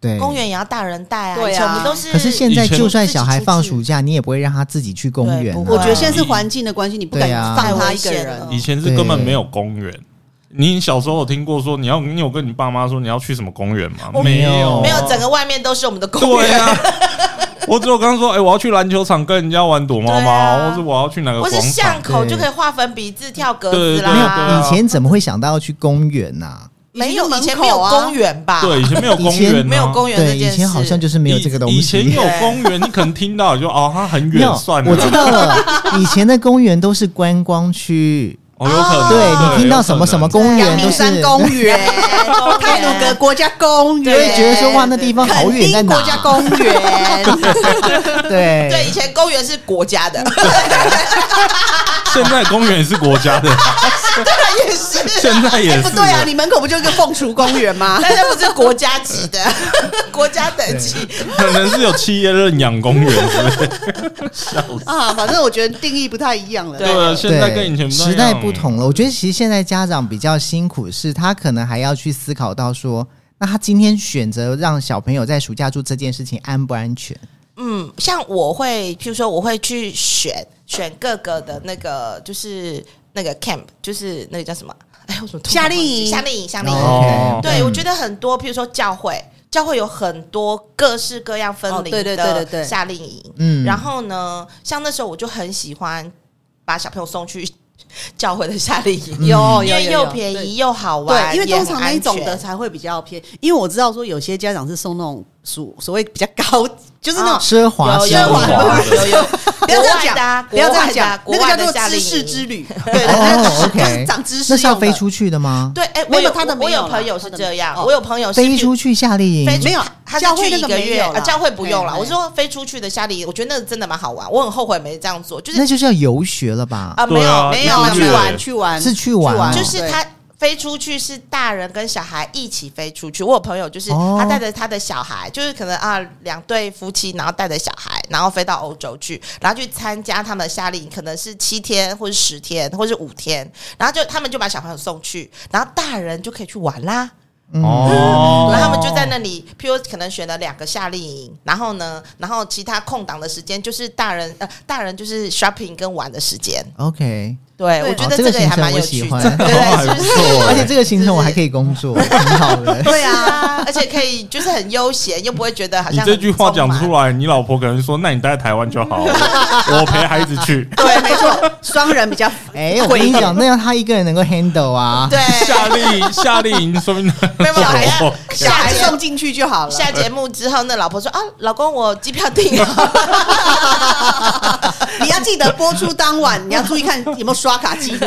S1: 对。
S4: 公园也要大人带啊。
S3: 对啊
S4: 以前我们都是，
S1: 可是现在
S2: 以前
S1: 就算小孩放暑假，你也不会让他自己去公园、啊。
S4: 对不会
S3: 我觉得现在是环境的关系，你不敢放他一个人。哦
S4: 嗯
S2: 以前是根本没有公园。你小时候有听过说你要你有跟你爸妈说你要去什么公园吗？
S1: 我
S2: 没
S1: 哦
S2: 有，
S4: 没有整个外面都是我们的公
S2: 对
S4: 园，
S2: 啊。 (laughs) 我只有刚说，哎、我要去篮球场跟人家玩躲猫猫，
S4: 对啊
S2: 或者我要去哪个
S4: 或
S2: 广
S4: 是巷
S2: 场。
S4: 口
S1: 对
S4: 就可以划分笔字、跳格
S2: 对
S4: 子
S2: 对
S4: 啦。
S2: 对
S1: 没
S2: 对啊
S1: 有，以前怎么会想到要去公园啊呐、
S4: 没有，以
S3: 以前
S4: 前
S3: 门
S4: 没有
S3: 口啊
S4: 公园吧？
S2: 对，以前没有公园、啊，
S4: 没有公园
S1: 对，
S4: 这
S1: 以
S4: 件事。
S1: 前好像就是没有这个东西。
S2: 以以前有公园，你可能听到就哦，它很
S1: 没有
S2: 远，算了。
S1: 我知道了。以前的公园都是观光
S4: (laughs)
S1: 区，
S2: 哦，有可能。
S1: 对你听到
S2: 有可能
S1: 什么什么公
S3: 阳
S1: 园都
S3: 明
S1: 是，
S3: 山公园、泰鲁格国家公
S1: 就会
S3: 园，
S1: 觉得说哇，那地方好
S3: 垦
S1: 远，在
S3: 丁
S1: 哪？
S3: 国家公园，
S1: (laughs) 对
S4: 对，以前公园是国家的， (laughs)
S2: 现在公园也是国家的， (laughs)
S4: 也是，
S2: 现在也
S3: 哎
S2: 是。
S3: 不对啊，你门口不就一个凤雏公园吗？
S4: 但是不是国家级的， (laughs) 国家等级。
S2: 可能是有企业认养公园之类的。
S3: 啊，反正我觉得定义不太一样了。
S4: 对
S2: 对啊，现在
S1: 对
S2: 跟以前不太一样
S1: 时代不。同了。我觉得其实现在家长比较辛苦，是他可能还要去思考到说，那他今天选择让小朋友在暑假做这件事情安不安全？
S4: 嗯，像我会，譬如说，我会去选选各个的那个，就是那个 camp，就是那个叫什么？哎，我怎么突然
S3: 夏令
S4: 忘记
S3: 营嗯
S4: 夏令营，夏令营。
S2: 哦
S1: 哦
S4: 对，我觉得很多，譬如说教会，教会有很多各式各样分
S3: 哦
S4: 龄
S3: 对对对对对
S4: 的夏令营。
S1: 嗯
S4: 然后呢，像那时候我就很喜欢把小朋友送去叫回了夏令营，
S3: 嗯有有
S4: 因为
S3: 有
S4: 又
S3: 有
S4: 便
S3: 对
S4: 宜又好玩，
S3: 对，因为
S4: 也
S3: 通
S4: 很
S3: 常那
S4: 安
S3: 一种
S4: 全
S3: 的才会比较偏，因为我知道说有些家长是送那种所所谓比较高，就是那
S4: 啊
S3: 种。
S1: 奢华
S4: 有
S1: 奢
S4: 有
S1: 华，
S2: 的
S4: 有有有，
S3: 不要这样
S4: 国外的啊
S3: 讲，不要这样讲，
S4: 国
S3: 那个
S4: 外
S3: 叫
S4: 的
S3: 做
S4: 夏
S3: 知
S4: 令
S3: 识
S4: 营
S3: 之
S4: (laughs)
S3: 旅，对，
S1: 哦
S3: 那是
S1: ，OK，
S3: 长知识
S1: 那是要
S3: 用的
S1: 飞出去的吗？
S4: 对，哎、
S3: 没
S4: 我
S3: 有
S4: 有
S3: 他的没
S4: 我
S3: 有
S4: 有
S3: 啦
S4: 朋友是
S3: 他的
S4: 这样，
S3: 哦
S4: 我有朋友是
S1: 飞
S4: 去
S1: 出去夏令营，
S4: 飞出
S3: 没有
S4: 他是
S3: 教会
S4: 去
S3: 那
S4: 一
S3: 个
S4: 个
S3: 没
S4: 月，
S3: 有啦
S4: 啊、教会不用了。
S3: 嘿
S4: 我说飞出去的夏令营，我觉得那个真的蛮好玩，我很后悔没这样做，就是
S1: 那就是要游学了吧？
S4: 啊，没
S2: 对啊
S4: 有
S3: 没
S4: 没
S3: 有
S4: 有
S3: 去
S4: 没有，
S3: 玩去玩
S1: 是去玩哦
S4: 就是他。飞出去是大人跟小孩一起飞出去。我有朋友就是
S1: 哦
S4: 他带着他的小孩，就是可能啊两对夫妻，然后带着小孩，然后飞到欧洲去，然后去参加他们的夏令营，可能是七天或者十天或者五天，然后就他们就把小朋友送去，然后大人就可以去玩啦。
S1: 嗯
S2: 哦
S4: 然后他们就在那里，譬如可能选了两个夏令营，然后呢，然后其他空档的时间就是大人呃，大人就是 shopping 跟玩的时间。
S2: (laughs)
S1: ，OK，
S4: 对，我觉得
S1: 哦这个
S4: 也还蛮有
S1: 行
S4: 趣
S1: 程我
S4: 的，
S1: 喜欢
S4: 对对，是不是？
S2: 哎
S1: 而且这个行程我还可
S4: 以。
S1: 以工作，
S4: (laughs)
S1: 挺好的。
S4: 对啊， (laughs) 而且可以就是很悠闲，又不会觉得好
S2: 你
S4: 像
S2: 这句话讲出
S4: 来，
S2: 来，你老婆可能说：“那你待在台湾就
S4: (laughs)
S2: 好了，我陪孩子去。
S3: 对，没错，双人比较
S1: 哎，我跟你讲，那要他一个人能够 handle 啊。
S4: 对，”
S2: (laughs) 夏令营，夏令营，说明
S4: 没有没有还要
S3: 小
S4: 下
S3: 孩
S4: 节
S3: 送进去就好了。
S4: 哎下节目之后，那老婆说啊，老公我机票订
S2: (laughs)
S4: 了，
S3: 你要记得播出当晚，你要注意看有没有刷卡记录。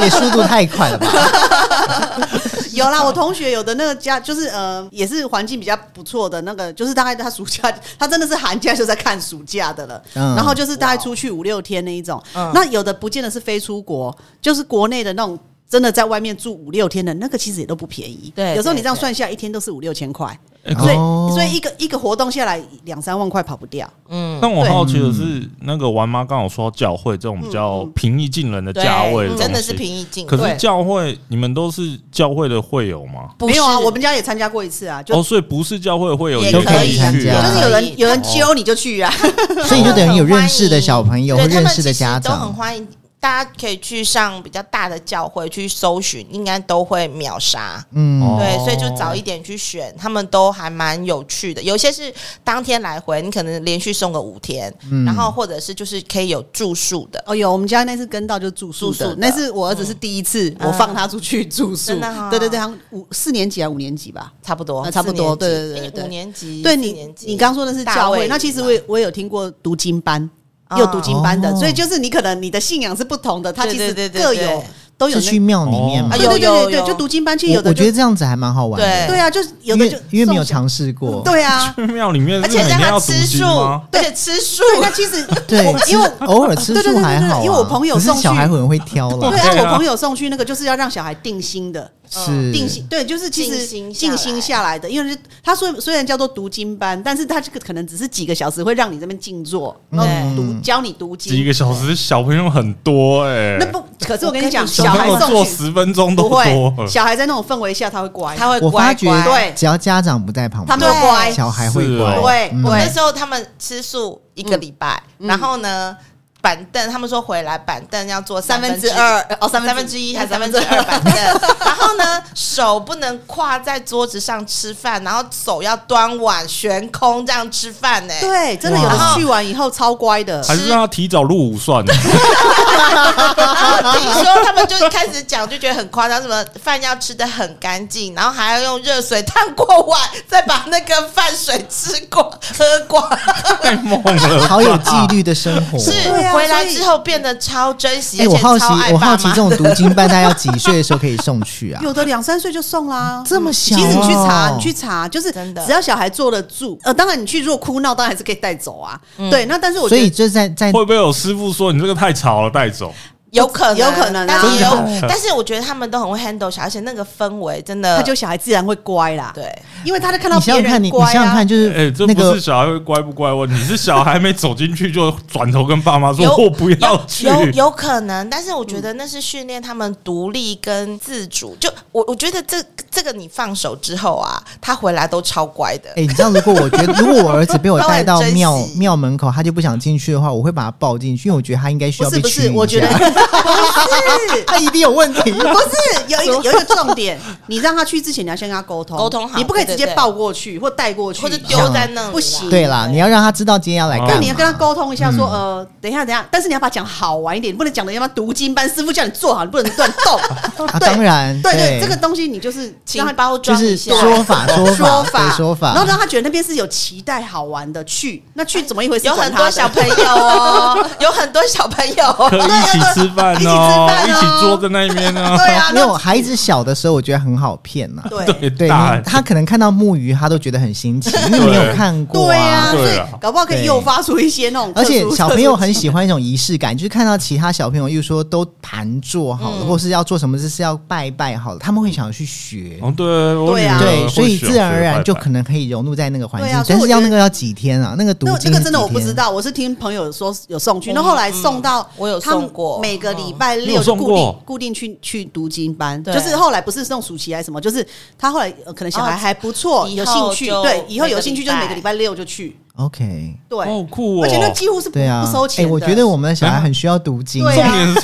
S1: 也速度太快了吧？
S3: (laughs) 有啦，我同学有的那个家就是呃，也是环境比较不错的那个，就是大概他暑假，他真的是寒假就在看暑假的了。
S1: 嗯
S3: 然后就是大概出去五六天那一种。
S4: 嗯
S3: 那有的不见得是飞出国，就是国内的那种。真的在外面住五六天的那个，其实也都不便宜。有
S4: 对
S3: 时候你
S4: 对
S3: 这样
S4: 对
S3: 算下来，一天都是五六千块，
S2: 哎
S3: 所以
S1: 哦
S3: 呃所以一个一个活动下来两三万块跑不掉。
S4: 嗯，
S2: 但我好奇的是，那个玩妈刚好说到教会这种比较平易近人的价位
S4: 嗯对，嗯
S2: 东西
S4: 真的是平。易近
S2: 可
S4: 人。
S2: 是教会，你们都是教会的会友吗？
S4: 不
S3: 没有啊，
S4: 是
S3: 我们家也参加过一次啊，就、
S2: 哦，所以不是教会的会友，
S4: 也
S2: 你就
S1: 可以
S2: 以
S1: 参
S2: 去
S1: 加
S2: 啊。
S3: 就是有
S4: 可以
S3: 人有人揪你就去啊。
S4: (laughs)
S1: 所以你就等于有认识的小朋友或
S4: 对他
S1: 认
S4: 们
S1: 识的家
S4: 其实都很
S1: 长，
S4: 欢迎。大家可以去上比较大的教会去搜寻，应该都会秒杀。
S1: 嗯，
S4: 对，
S2: 哦
S4: 所以就早一点去选，他们都还蛮有趣的。有些是当天来回，你可能连续送个五天，
S1: 嗯
S4: 然后或者是就是可以有住宿的。
S3: 哦，有我们家那次跟到就住宿
S4: 住宿的
S3: 的，那次我儿子是第一次，
S4: 嗯
S3: 我放他出去住宿
S4: 真的哦，
S3: 对对对，他五四年级啊，五年级吧。
S4: 差不多，
S3: 呃差不多
S4: 四年
S3: 对
S4: 级
S3: 对对对
S4: 五年级，
S3: 对
S4: 四
S3: 你
S4: 年，级
S3: 你刚说的是教会，那其实我也我也有听过读经班，也有读经班的
S1: 哦，
S3: 所以就是你可能你的信仰是不同的，他其实
S4: 对对对对
S3: 各
S4: 对
S3: 有都有
S1: 是去
S3: 那
S1: 庙
S2: 哦
S1: 里面吗
S4: 啊
S3: 对
S4: 有？
S3: 对对对
S4: 有
S3: 对，就读经班，其实有
S1: 我
S3: 的
S1: 我觉得
S3: 就
S1: 这样子还蛮好玩的，
S4: 对
S3: 对啊，就是有
S1: 因
S3: 的就
S1: 为因为没有
S3: 送
S1: 尝试过，
S3: 对
S4: (laughs)
S3: 啊，
S2: 去庙里面
S4: 而
S2: 是
S4: 且
S2: 每
S4: 让
S2: 天
S4: 他
S2: 要读
S4: 吃素
S2: 经吗？，
S4: 而且吃素，
S3: 对，那其实
S1: 对，
S3: 我
S1: 吃
S3: 因为
S1: 偶尔吃
S3: 对对
S1: 素
S3: 对对
S1: 还好啊，
S3: 对因为我朋友
S1: 可是
S3: 送去
S1: 小孩很会挑
S3: 对
S1: 啦，
S3: 啊，
S2: 对啊
S3: 我朋友送去那个就是要让小孩定心的，
S4: 嗯
S1: 是
S3: 定心对，就是其
S4: 静
S3: 实
S4: 心下
S3: 静心
S4: 来
S3: 下来的，因为是他虽虽然叫做读经班，但是他这个可能只是几个小时会让你这边静坐，然后
S1: 嗯
S3: 读教你读
S2: 几
S3: 经。
S2: 个小时，小朋友很多哎。
S3: 那不，可是我跟你讲，
S2: 小
S3: 小孩
S2: 朋友
S3: 送
S2: 做
S3: 去
S2: 十分钟都
S3: 不
S2: 多了
S3: 会，小孩在那种氛围下他会乖，
S4: 他会
S1: 我发
S4: 乖
S1: 觉
S4: 乖。
S3: 对
S1: 只要家长不在旁
S3: 他
S1: 边
S3: 们，会乖
S4: 对，
S1: 小孩会
S2: 是
S1: 乖，
S2: 哦
S3: 对
S1: 嗯
S4: 我那
S3: 对
S4: 时候他们吃素一个礼拜，
S3: 嗯
S4: 然后呢，板凳他们说回来板凳要做
S3: 三
S4: 分
S3: 分之二哦，三
S4: 三分
S3: 分之
S4: 之
S3: 一
S4: 一还是三分之二板凳，
S3: (laughs)
S4: 然后呢，手不能跨在桌子上吃饭，然后手要端碗悬空这样吃饭呢、
S3: 对，真的有
S1: 哇
S3: 的去完以后超乖的，
S2: 还是让他提早入伍算了。 (laughs)
S4: 然后听说他们就开始讲，就觉得很夸张，什么饭要吃的很干净，然后还要用热水烫过碗，再把那个饭水吃光喝光。
S2: 太猛
S1: (laughs)
S2: 了，
S1: 好有纪。律的生
S3: (laughs)
S1: 活。
S4: 是
S3: 对啊
S4: 回来
S3: 所以
S4: 之后变得超珍惜，
S1: 哎、
S4: 而
S1: 我
S4: 且
S1: 好奇
S4: 超爱，
S1: 我
S4: 爸
S1: 好奇
S4: 妈
S1: 这种读经班，大概要几岁的时候可以送去
S3: (laughs)
S1: 啊？
S3: 有的两三岁就送啦，
S1: 这么小
S3: 其实你去查
S1: 哦，
S3: 你去查，就是
S4: 真的
S3: 只要小孩坐得住，呃，当然你去如果哭闹，当然还是可以带走啊。对，那但是我
S1: 所
S3: 觉
S1: 以
S3: 得
S1: 这在在
S2: 会不会有师傅说你这个太吵了，带走？
S4: 有可能，
S3: 有可能啊
S4: 但
S3: 真
S4: 是
S2: 的
S4: 有，但是我觉得他们都很会 handle 小孩，而且那个氛围真的，
S3: 他就小孩自然会乖啦，
S4: 对，
S3: 因为他就看到
S1: 你想
S3: 别
S1: 想看，你
S3: 人
S1: 你
S3: 乖
S1: 想想
S3: 啊
S1: 看，。就
S2: 哎、
S1: 是
S2: 这
S1: 嗯那
S2: 不
S1: 个
S2: 是小孩会乖不乖问题，是小孩没走进去就转头跟爸妈说
S4: 有：“
S2: 我不要去。
S4: 有有可能，但是我觉得那是训练他们独立跟自主。就我我觉得这这个你放手之后啊，他回来都超乖的。
S1: 哎、你知道，如果我觉得，如果我儿子被我
S4: 他会
S1: 带到
S4: 珍
S1: 庙
S4: 惜
S1: 庙门口，他就不想进去的话，我会把他抱进去，因为我觉得他应该需
S3: 不
S1: 要
S3: 是
S1: 被
S3: 不
S1: 驱
S3: 是，
S1: 赶
S3: 我觉得不是。
S1: (laughs) 他一定有问
S3: (laughs)
S1: 题。
S3: 不
S1: (laughs)
S3: 是有一个有一个重点，你让他去之前，你要先跟他沟通，
S4: 沟通好
S3: 你不可以直接
S4: 对对对
S3: 抱过去或带过去，
S4: 或者丢在那里啦啊
S3: 不行
S1: 对啦，你要让他知道今天要来干嘛。嗯
S3: 那你要跟他沟通一下说，呃，等一下，等一下，但是你要把它讲好玩一点，你不能讲的要不要读经班，师傅叫你做好，你不能乱动。 (laughs)
S1: 啊，
S3: 对
S1: 当然，
S3: 对
S1: 对
S3: 对，这个东西你就是
S4: 请
S3: 让他
S4: 包
S1: 就
S4: 装一
S1: 是
S4: 下。
S1: 说
S3: (laughs)
S1: 法说
S3: 说
S1: 法对说法，
S3: 然后让他觉得那边是有期待好玩的去，那去怎么一回事？
S4: 有
S3: 管
S4: 很
S3: 他
S4: 多
S3: 的
S4: 小朋友哦，有很多小朋友哦
S2: 可以一起吃饭
S3: 一起吃
S2: 哦，
S3: 饭哦
S2: 一起坐在那边哦。
S3: 对啊，
S1: 因为
S3: 那
S1: 我孩子小的时候，我觉得很好骗呐、
S3: 对
S2: (laughs)
S1: (laughs)
S2: 对
S1: 对，
S2: 大
S1: 你他可能看到木鱼，他都觉得很新
S3: (laughs)
S1: 奇，因为你没有看过
S3: 对啊，
S1: 啊。
S3: 所
S2: 对
S3: 以
S2: 啊
S3: 搞不好可以
S1: 对
S3: 诱发出一些那种特
S1: 而
S3: 殊，
S1: 且小朋友很喜
S3: 欢。
S1: 欢一种仪式感，就是看到其他小朋友，又说都盘坐好
S3: 嗯
S1: 了，或是要做什么事是要拜拜好了，他们会想去学。
S2: 哦，对，我
S3: 对
S2: 女
S3: 啊
S2: 儿
S1: 对，所以
S2: 会学
S1: 自然而然就
S2: 拜拜
S1: 可能可以融入在那个环境
S3: 对啊，所
S1: 但
S3: 以我
S1: 是
S3: 觉
S1: 要
S3: 得
S1: 那个要几天啊？那个读
S3: 那
S1: 经
S3: 那个真的我
S1: 几
S3: 不
S1: 天
S3: 知，道，我是听朋友说有送去，那后来送到
S4: 嗯我有
S3: 他们
S4: 送过
S3: 每个
S4: 嗯
S3: 礼拜
S2: 你
S3: 六
S2: 有送
S3: 固定
S2: 过
S3: 固定去去读经班，
S4: 对
S3: 就是后来不是送暑期还是什么，就是他后来呃可能小孩
S4: 哦
S3: 还不错，
S4: 以
S3: 有兴
S4: 后
S3: 趣，
S4: 就
S3: 对，以后
S4: 每
S3: 有
S4: 个
S3: 兴趣
S4: 礼
S3: 就是
S4: 拜
S3: 每个礼拜六就去，
S1: ，OK，
S3: 对，
S2: 哦好酷哦，
S3: 而且那几乎是不
S1: 对啊，
S3: 不收钱
S1: 哎
S3: 的。
S1: 我觉得我们的小孩很需要读经，
S3: 对啊
S2: 重点是，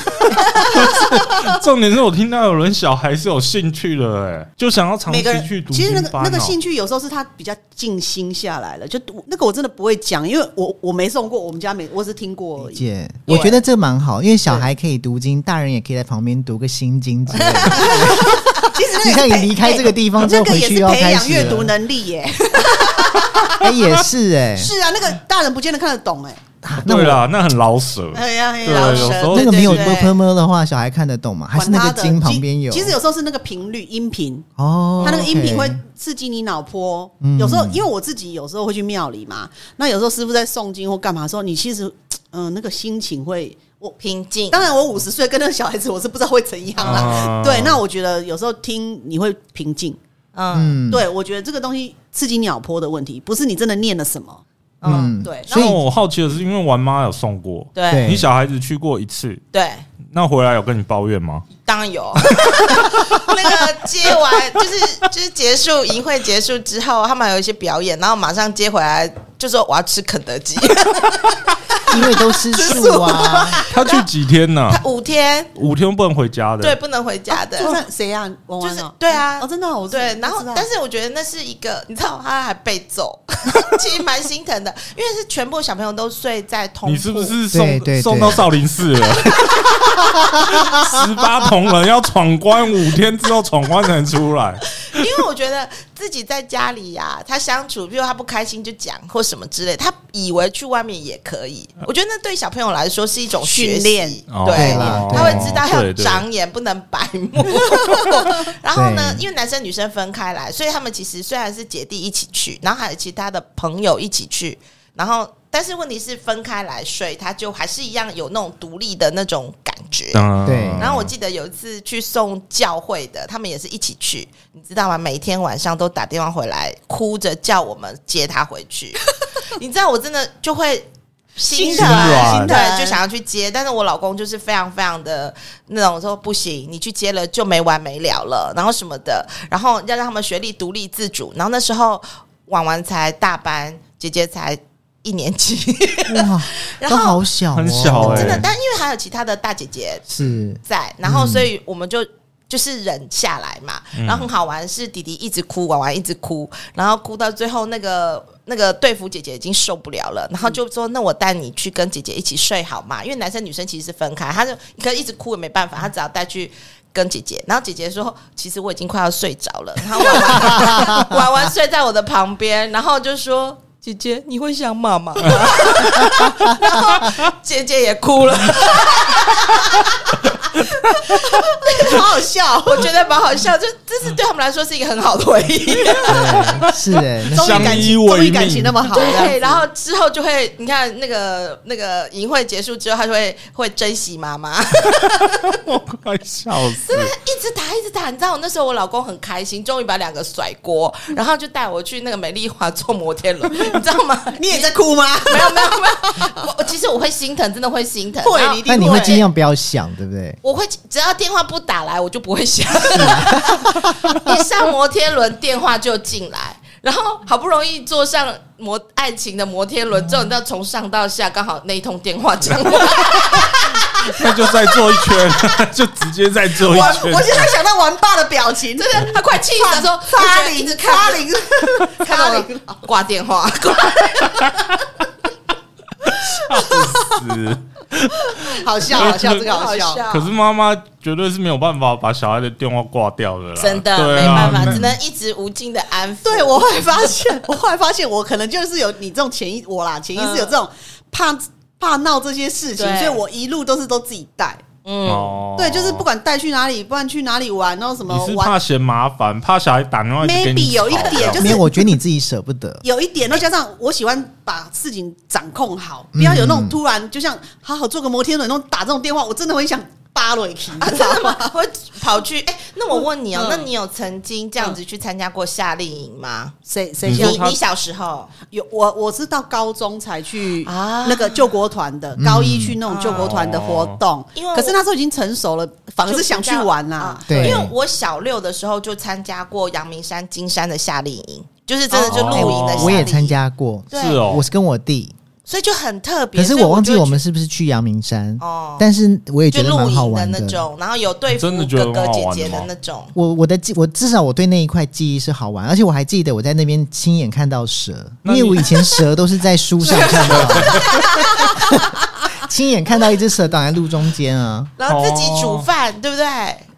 S3: (laughs)
S2: 重点是我听到有人小孩是有兴趣的、哎，就想要长
S3: 每
S2: 期
S3: 个人
S2: 去读
S3: 其
S2: 经
S3: 实那
S2: 班、哦
S3: 个那个兴趣有时候是他比较静心下来了，就读那个我真的不会讲，因为我我没送过，我们家没，我只是听过而
S1: 理
S3: 已。
S1: 解，我觉得这蛮好，因为小孩可以读经，大人也可以在旁边读个心经之类的。
S3: (laughs) 其实那
S1: 你
S3: 个
S1: 看，
S3: 也是培
S1: 你离开这个地方之
S3: 那
S1: 后，
S3: 个
S1: 回
S3: 也
S1: 去
S3: 是
S1: 又要
S3: 培
S1: 开
S3: 养
S1: 始
S3: 阅读
S1: 了。
S3: 能力耶、
S1: 哎，也是
S3: (laughs)
S1: 哎，
S3: 是啊，那个大人不见得看得懂哎、
S1: 啊那
S2: 对
S1: 我
S2: 啦，那很老舍，
S3: 哎呀，哎呀
S2: 哦对
S3: 老
S2: 有
S3: 神
S2: 时候
S1: 那个没有
S4: 啊对对对
S1: purple 的话，小孩看得懂吗？啊还是那
S3: 管
S1: 个
S3: 他的
S1: 经旁
S3: 其
S1: 边有？
S3: 其实有时候是那个频率音频，
S1: 哦，
S3: 它那个音频
S1: OK
S3: 会刺激你脑波。
S1: 嗯
S3: 有时候因为我自己有时候会去庙里嘛，那有时候师傅在诵经或干嘛的时候，你其实嗯、那个心情会。我
S4: 平静，
S3: 当然，我五十岁跟那个小孩子，我是不知道会怎样啦。
S1: 哦
S2: 啊
S3: 对，那我觉得有时候听你会平静。
S4: 嗯
S1: 嗯，
S3: 对，我觉得这个东西刺激脑波的问题，不是你真的念了什么。
S4: 嗯，
S1: 嗯
S4: 对
S1: 所以
S2: 那我好奇的是，因为玩妈有送过，
S1: 对
S4: 对
S2: 你小孩子去过一次，
S4: 对，
S2: 那回来有跟你抱怨吗？
S4: 当然有。 (laughs) 那个接完就是就是结束营会结束之后，他们还有一些表演，然后马上接回来就说我要吃肯
S3: (laughs)
S4: 德基，
S1: 因为都吃素啊，
S2: 他去几天呢？
S4: 他五天
S2: 五天不能回家的，
S4: 对不能回家的，
S3: 就算谁啊？王
S4: 就
S3: 安
S4: 是
S3: 哦
S4: 对啊
S3: 哦，真的哦，我是
S4: 对，然
S3: 不
S4: 后
S3: 知道
S4: 但是我觉得那是一个，你知道他还被揍，其实蛮心疼的，因为是全部小朋友都睡在同铺，
S2: 你是不是送
S1: 对对
S2: 送
S1: 对
S2: 到少林寺了？十八铜人要闯关五天之后，闯关才能出来。
S4: 因为我觉得自己在家里呀、他相处，比如他不开心就讲或什么之类，他以为去外面也可以。我觉得那对小朋友来说是一种学习
S3: 训练
S2: 哦
S1: 对
S4: 哦对
S1: 啦，
S4: 他会知道要
S2: 对对
S4: 长眼，不能白目。然后呢，
S1: 对
S4: 因为男生女生分开来，所以他们其实虽然是姐弟一起去，然后还有其他的朋友一起去，然后但是问题是分开来睡，他就还是一样有那种独立的那种感觉。
S2: 嗯
S1: 对
S4: 然后我记得有一次去送教会的，他们也是一起去，你知道吗？每天晚上都打电话回来，哭着叫我们接他回去。你知道我真的就会
S3: 心
S2: 疼
S4: 疼，
S2: 心
S3: 疼
S4: 心疼，就想要去接，但是我老公就是非常非常的那种说不行，你去接了就没完没了了，然后什么的，然后要让他们学历独立自主。然后那时候婉婉才大班，姐姐才一年级， (laughs)
S3: (laughs)
S1: 哇，
S4: 然
S1: 都
S4: 后
S1: 好小哦，
S2: 很小哎
S4: 真的，但因为还有其他的大姐姐
S1: 是
S4: 在，然后
S1: 嗯
S4: 所以我们就。就是忍下来嘛，然后很好玩，是弟弟一直哭，婉婉一直哭，然后哭到最后，那个那个队服姐姐已经受不了了，然后就说：“那我带你去跟姐姐一起睡好吗？”因为男生女生其实是分开，他就可一直哭也没办法，他只好带去跟姐姐。然后姐姐说：“其实我已经快要睡着了。”然后婉 (laughs) 婉婉婉睡在我的旁边，然后就说：“姐姐，你会想妈妈吗？” (laughs) 然后姐姐也哭了。 (laughs)
S3: 好好笑，
S4: 我觉得蛮好笑，就这是对他们来说是一个很好的回 (laughs) 忆。
S1: 对
S4: (laughs)
S1: 是哎，那
S3: 终于感
S2: 相依
S3: 情
S2: 为
S3: 终于感情
S2: 命
S3: 那么好，这样
S4: 对，
S3: 子
S4: 然后之后就会，你看那个那个营会结束之后，他就会会珍惜妈妈，
S2: 我快笑死
S4: 真的！ (laughs) 一直打一直打。你知道我那时候我老公很开心，终于把两个甩锅，然后就带我去那个美丽华坐摩天轮，你知道 (laughs) 吗？
S3: 你也在哭吗？
S4: 没有没有没有，我我其实我会心疼，真的会心疼。
S3: 会
S4: 然后
S3: 你一定
S1: 那你会尽量不要想，对不对？
S4: 我会只要电话不打来，我就不会想。
S3: 啊
S4: 一上摩天轮，电话就进来，然后好不容易坐上摩
S3: (laughs)
S4: 爱情的摩天轮之后，你知道从上到下刚好那一通电话讲过来，
S2: 那就再做一圈， (laughs) 就直接再做一
S3: 我
S2: 圈。
S3: (laughs) 我现在想到玩爸的表情，真的
S4: 他快气死了，说
S3: 擦
S4: 一
S3: 零
S4: 直看
S3: 擦 (laughs) 零，
S4: 看
S3: 擦
S4: 到
S3: 零
S4: 我挂电话，
S2: 是
S3: (laughs) 好笑好笑，这个好笑。
S2: 可是妈妈绝对是没有办法把小孩的电话挂掉的啦，
S4: 真的
S2: 对
S4: 没
S2: 啊
S4: 办，法，
S2: 那
S4: 只能一直无尽的安抚。
S3: 嗯对，我后来发 (laughs) 现，我后来发现，我可能就是有你这种潜意我啦，潜意识有这种怕怕闹这些事情，
S4: 对
S3: 所以我一路都是都自己带。
S4: 嗯，
S2: 哦
S3: 对，就是不管带去哪里，不管去哪里玩，然后什么
S2: 你是
S3: 玩
S2: 怕嫌麻烦，怕小孩打电话一直给你
S3: Maybe 有一
S2: 吵
S3: 点就是
S1: 没有，我觉得你自己舍不得。
S3: 有一点，然后加上我喜欢把事情掌控好，不要有那
S2: 嗯
S3: 种突然，就像好好做个摩天轮，那种打这种电话，我真的会想扒了
S2: (laughs)
S3: 一起，你知道
S4: (laughs) 真的
S3: 吗？
S4: 吗？会跑去哎，那我问你哦
S3: 嗯，
S4: 那你有曾经这样子去参加过夏令营吗？
S3: 谁谁
S2: 你
S4: 你
S2: 说
S3: 有
S2: 他
S4: 你小时候
S3: 有我我是到高中才去
S4: 啊
S3: 那个救国团的，高一去那种救国团的活动，
S4: 哦
S2: 嗯
S4: 因为我
S3: 可是那时候已经成熟了，反而啊是想去玩啦、
S4: 啊
S1: 对
S4: 因为我小六的时候就参加过阳明山、金山的夏令营，就是真的就露营的夏令营，
S1: 哦我也参，加过，
S4: 对
S2: 是哦，
S1: 我是跟我弟，
S4: 所以就很特别。
S1: 可是
S4: 所以
S1: 我忘记
S4: 就会
S1: 我们是不是去阳明山
S4: 觉，得哦，
S1: 但是我也觉
S4: 就
S1: 得
S4: 露
S1: 蛮好
S4: 营
S1: 玩
S4: 的那种，然后有对付
S2: 真的觉得
S4: 哥哥
S2: 很好
S4: 姐
S2: 玩
S4: 姐
S2: 的
S4: 的
S2: 吗
S4: 那种，
S1: 我我的记，我至少我对那一块记忆是好玩，而且我还记得我在那边亲眼看到蛇，
S2: 那
S1: 因
S2: 你
S1: 为我以前蛇都是在书上看
S2: (laughs)
S1: 到的，亲眼看到一只蛇挡在路中间啊。
S4: 然后自己煮饭，对不对？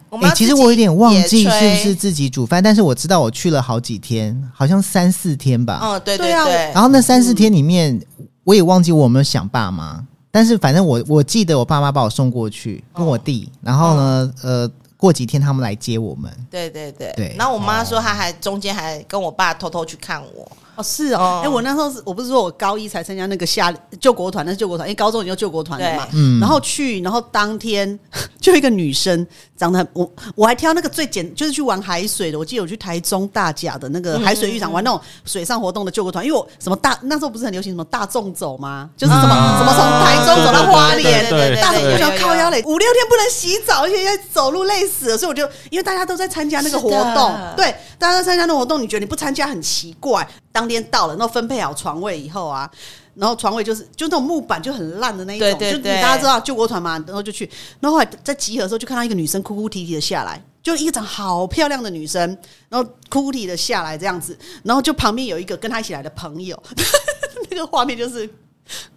S4: 我们
S1: 哎、
S4: 要
S1: 其实
S4: 自己
S1: 我有点忘记
S4: 野炊
S1: 是不是，自己煮饭，但是我知道我去了好几天，好像三四天吧。
S4: 嗯，对
S3: 对啊
S4: 对，
S1: 然后那三四天里面，我也忘记我有没有想爸妈，但是反正我我记得我爸妈把我送过去，跟我弟，然后呢，呃，过几天他们来接我们。
S4: 对对对
S1: 对
S4: 然后我妈说，她还中间还跟我爸偷偷去看我，
S3: 哦，是哦
S4: 哦，
S3: 哎、我那时候是我不是说我高一才参加那个夏救国团，那是救国团，因为高中已经有救国团了嘛
S4: 对。
S1: 嗯
S3: 然后去，然后当天 (laughs) 就一个女生长得很，我我还挑那个最简，就是去玩海水的。我记得我去台中大甲的那个海水浴场玩那种水上活动的救国团，因为我什么大那时候不是很流行什么大众走吗？就是
S1: 哦
S3: 什么、
S4: 嗯
S3: 什么从台中走到花
S2: 对对
S3: 莲
S2: 对，对对
S3: 大众
S2: 对
S3: 就
S4: 对
S3: 想
S4: 对
S3: 靠腰嘞，五六天不能洗澡，而且要走路累死了，所以我就因为大家都在参加那个活
S4: 是
S3: 动
S4: 的，
S3: 对，大家都参加那个活动，你觉得你不参加很奇怪。当天到了，然后分配好床位以后啊，然后床位就是就那种木板就很烂的那一种，
S4: 对对
S3: 就
S4: 对
S3: 你大家知道救国团嘛，然后就去，然后后来在集合的时候就看到一个女生哭哭啼啼的下来。就一个长好漂亮的女生，然后哭哭啼啼的下来这样子，然后就旁边有一个跟她一起来的朋友， (laughs) 那个画面就是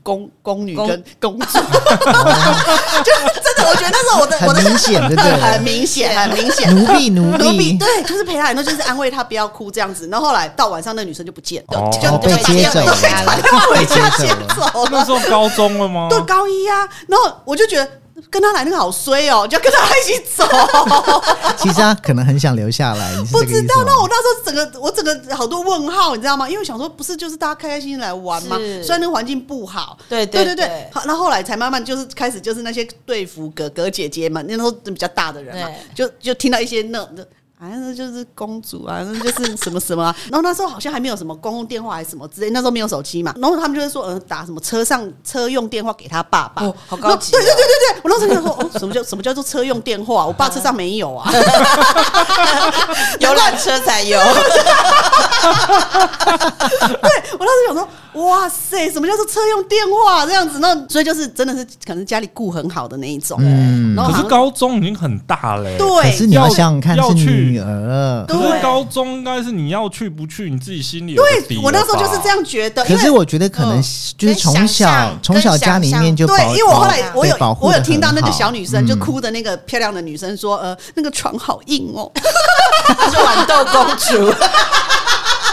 S3: 宫宫女 (laughs)
S4: 宫
S3: 跟公主，就真的，我觉得那时候我的我
S1: 很
S3: 的
S1: 明显，对不
S3: (laughs) 很
S1: 对？
S3: 明显，很明显。
S1: 奴婢奴
S3: (laughs) 奴婢
S1: 婢，
S3: 对，就是陪她，然后就是安慰她不要哭这样子。然后后来到晚上，那女生就不见了，
S2: 哦
S3: 就
S1: 哦，
S3: 就
S1: 被
S3: 就
S1: 接走了
S4: 被 (laughs) 接走
S3: 打电话回
S1: 被
S3: 家
S1: 接
S3: 接
S1: 走了
S3: 走
S2: 那
S3: 了。
S2: 时候高中了吗？
S3: 对，高一啊，然后我就觉得跟她来那个好衰哦，就要跟她一起走。
S1: 其实他可能很想留下来，你是
S3: 不
S1: 这个
S3: 知
S1: 意思
S3: 道，
S1: 吗？
S3: 那我那时候整个我整个好多问号，你知道吗？因为我想说，不是就是大家开开心心来玩嘛，
S4: 是
S3: 虽然那个环境不好，
S4: 对
S3: 对对
S4: 对
S3: 对，好，那后来才慢慢就是开始就是那些队服哥哥姐姐们，那时候比较大的人嘛，就就听到一些那那。哎，那就是公主啊，那就是什么什么啊、然后那时候好像还没有什么公用电话还是什么之类，那时候没有手机嘛。然后他们就会说，呃，打什么车上车用电话给他爸爸，
S4: 哦好高级哦
S3: 对对对对对，我那时候就想说，哦，什么叫什么叫做车用电话？我爸车上没有啊。
S4: (laughs) 游览车才有，
S3: 对 (laughs) 我当时想说，哇塞，什么叫做车用电话这样子？那所以就是真的是可能家里顾很好的那一种，
S1: 嗯
S3: 然后
S2: 可
S3: 哦好
S2: 是
S3: 像
S2: 高中已经很大嘞、
S1: 可是你
S3: 对。
S1: 要想想看，
S2: 要
S1: 是
S2: 去
S1: 女儿。
S3: 对
S2: 可是高中应该是你要去不去，你自己心里有个底
S3: 对，
S2: 了
S3: 我那时候就是
S2: 吧
S3: 这。样觉得，
S1: 可
S3: 因
S1: 是
S3: 为
S1: 我觉得可能
S4: 嗯
S1: 就是从
S4: 跟想
S1: 小
S4: 象
S1: 从小家里面就
S3: 对，
S1: 保
S3: 因为我后来
S4: 保
S3: 我有
S1: 对保护
S3: 我
S1: 得
S3: 有听到那个
S1: 很好
S3: 小女生
S1: 嗯
S3: 就哭的那个漂亮的女生说，呃，那个床好硬哦。 (laughs)
S4: 她是豌豆公主，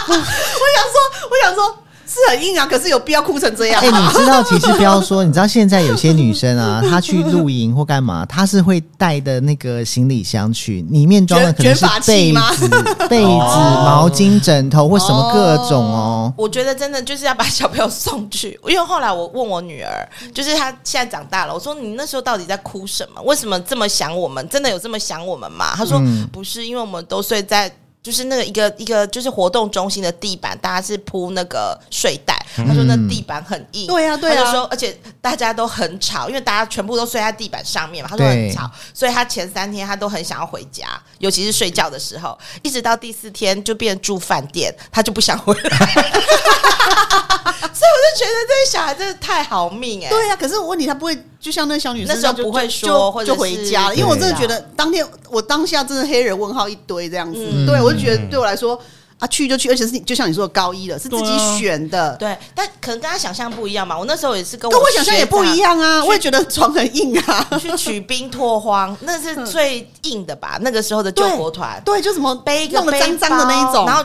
S3: 我想说，我想说是很硬啊，可是有必要哭成这样
S1: 哎、？你知道，其实不要说，你知道现在有些女生
S3: (laughs)
S1: 啊，她去露营或干嘛，她是会带的那个行李箱去，里面装的可能是
S3: 卷卷发器
S1: 被
S3: 吗 (laughs)
S1: 子、被子、
S2: 哦
S1: 毛巾、枕头或什么各种哦。
S4: 我觉得真的就是要把小朋友送去，因为后来我问我女儿，
S3: 嗯
S4: 就是她现在长大了，我说你那时候到底在哭什么？为什么这么想我们？真的有这么想我们吗？她说、
S1: 嗯
S4: 不是，因为我们都睡在。就是那个一个一个就是活动中心的地板，大家是铺那个睡袋，他说那地板很硬，
S3: 对啊对啊
S4: 他就说而且大家都很吵，因为大家全部都睡在地板上面嘛，他说很吵，所以他前三天他都很想要回家，尤其是睡觉的时候，一直到第四天就变住饭店，他就不想回来。所以我 (laughs) 就觉得这个小孩真的太好命哎、
S3: 对啊呀、可是我问你，他不会就像那小女生
S4: 那时候
S3: 就
S4: 不会
S3: 就
S4: 说
S3: 就
S4: 或者
S3: 就回家了，
S4: 是
S3: 因为我真的
S4: 对啊
S3: 觉得当天我当下真的黑人问号一堆这样子，
S4: 嗯
S3: 对我就觉得对我来说啊去就去，而且是你就像你说的高一了，是自
S2: 对啊
S3: 己选的，
S4: 对，但可能跟他想象不一样嘛。我那时候也是跟我
S3: 跟我想象也不一样啊，
S4: 学长
S3: 我也觉得床很硬啊，
S4: (laughs) 去取冰拓荒，那是最硬的吧？那个时候的救国团，
S3: 嗯对，就什么
S4: 背一个
S3: 弄得
S4: 背
S3: 脏脏的那一
S4: 包
S3: 种，
S4: 然后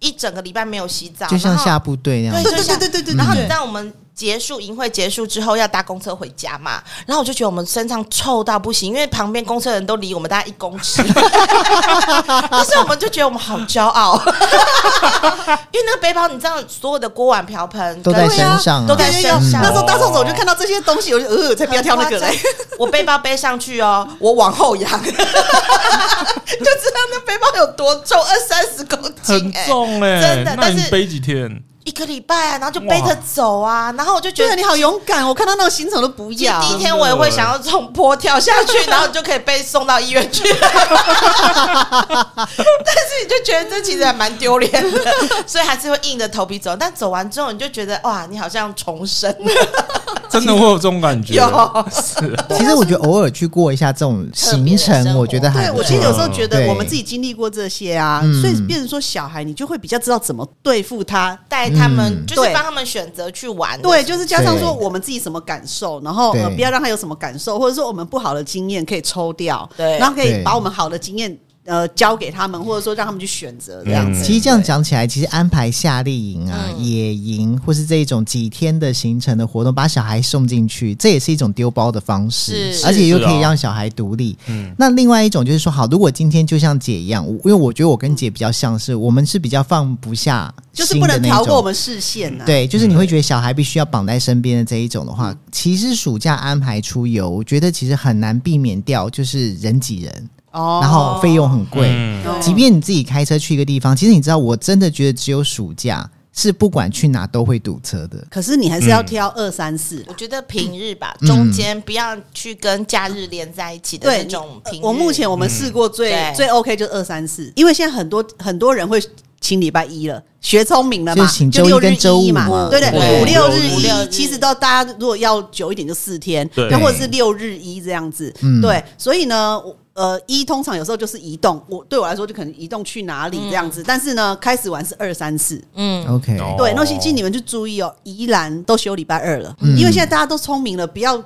S4: 一整个礼拜没有洗澡，
S1: 就像
S4: 然后
S1: 下部队那样
S4: 对
S1: 子。
S3: 对对对对对对，
S1: 嗯
S4: 然后你
S3: 对
S4: 知道我们结束营会结束之后要搭公车回家嘛？然后我就觉得我们身上臭到不行，因为旁边公车的人都离我们大概一公尺， (laughs) 但是我们就觉得我们好骄傲， (laughs) 因为那个背包你知道，所有的锅碗瓢盆
S1: 都在
S4: 跟
S1: 身上啊
S4: 都在
S3: 对
S4: 身
S3: 对对
S4: 上。
S3: 那时候大众走就看到这些东西，我就呃，才不要挑那个嘞。
S4: 我背包背上去哦，我往后仰， (laughs) 就知道那背包有多重，二三十公
S2: 很
S4: 斤、欸，
S2: 重哎、
S4: 真的
S2: 那
S4: 但
S2: 你
S4: 是
S2: 背几
S3: (laughs)
S2: 天？
S4: 一个礼拜啊，然后就背着走啊，然后我就
S3: (laughs)
S4: 觉
S3: 觉得
S4: 得
S3: 你好勇敢，我看到那个行程我都不
S4: 其实
S3: 要。
S4: 第一天我也会想要从坡跳下去，
S3: (laughs)
S4: 然后你就可以被送到医院去。 (laughs) 但是你就觉得这其实还蛮丢脸
S3: (laughs)
S4: 的，所以还是会硬着头皮走。但走完之后，你就觉得哇，你好像重生了。
S3: 嗯
S2: 真的会有这种感觉，
S4: 有
S2: 是啊
S1: 其实我觉得偶尔去过一下这种行
S4: 特别的生
S1: 程，
S4: 活
S1: 我觉得还
S3: 对，
S1: 不
S3: 我
S1: 错
S3: 其实有时候觉
S1: 哎对
S3: 得我们自己经历过这些啊，
S1: 嗯
S3: 所以变成说小孩，你就会比较知道怎么对付他。
S4: 带他们、
S1: 嗯
S4: 就是
S3: 对
S4: 帮他们选择去玩，
S3: 对，就是加上说
S1: 对
S3: 我们自己什么感受，然后呃
S1: 对
S3: 不要让他有什么感受，或者说我们不好的经验可以抽掉，
S4: 对
S3: 然后可以
S1: 对
S3: 把我们好的经验呃交给他们，或者说让他们去选择这样
S2: 嗯
S3: 子。嗯
S1: 其实这样讲起来，其实安排夏令营啊、野营，或是这一种几天的行程的活动，把小孩送进去，这也是一种丢包的方式，
S4: 是
S1: 而且又可
S2: 是
S1: 以
S2: 啊嗯
S1: 让小孩独立。那另外一种就是说，好，如果今天就像姐一样，我因为我觉得我跟姐比较像是，我们是比较放不下
S3: 就
S1: 心
S3: 是不
S1: 的那种，
S3: 能逃过我们视线呐、啊。嗯
S1: 对，就是你会觉得小孩必须要绑在身边的这一种的话，其实暑假安排出游，我觉得其实很难避免掉，就是人挤人，
S3: 哦
S1: 然后费用很贵。
S2: 嗯
S3: 哦
S1: 即便你自己开车去一个地
S3: 嗯
S1: 方，其实你知道，我真的觉得只有暑假是不管去哪都会堵车的。
S3: 可是你还是要挑二三四
S4: 我觉得平日吧，
S1: 嗯
S4: 中间不要去跟假日连在一起的
S3: 对呃
S4: 那种平日。
S3: 我目前我
S1: 嗯
S3: 们试过最、
S4: 对
S3: 最 OK 就是二三四，因为现在很多很多人会请礼拜一了，学聪明了嘛
S1: 就是，请
S3: 就
S1: 周一
S3: 六日
S1: 跟周
S3: 一
S1: 五
S3: 嘛，
S1: 嘛
S3: 对不
S2: 对
S3: 对？五六日
S4: 五六
S3: 一
S4: 日，
S3: 其实到大家如果要久一点就四天，
S2: 对
S3: 那或者是六日一这样子，
S1: 嗯
S3: 对，所以呢，我。呃，一通常有时候就是移动，我对我来说就可能移动去哪里这样子，但是呢，开始玩是二三四，
S4: 嗯，
S1: OK，、
S2: 哦
S3: 对，那其实你们就注意哦，宜兰都休礼拜二了，
S1: 嗯
S3: 因为现在大家都聪明了，不要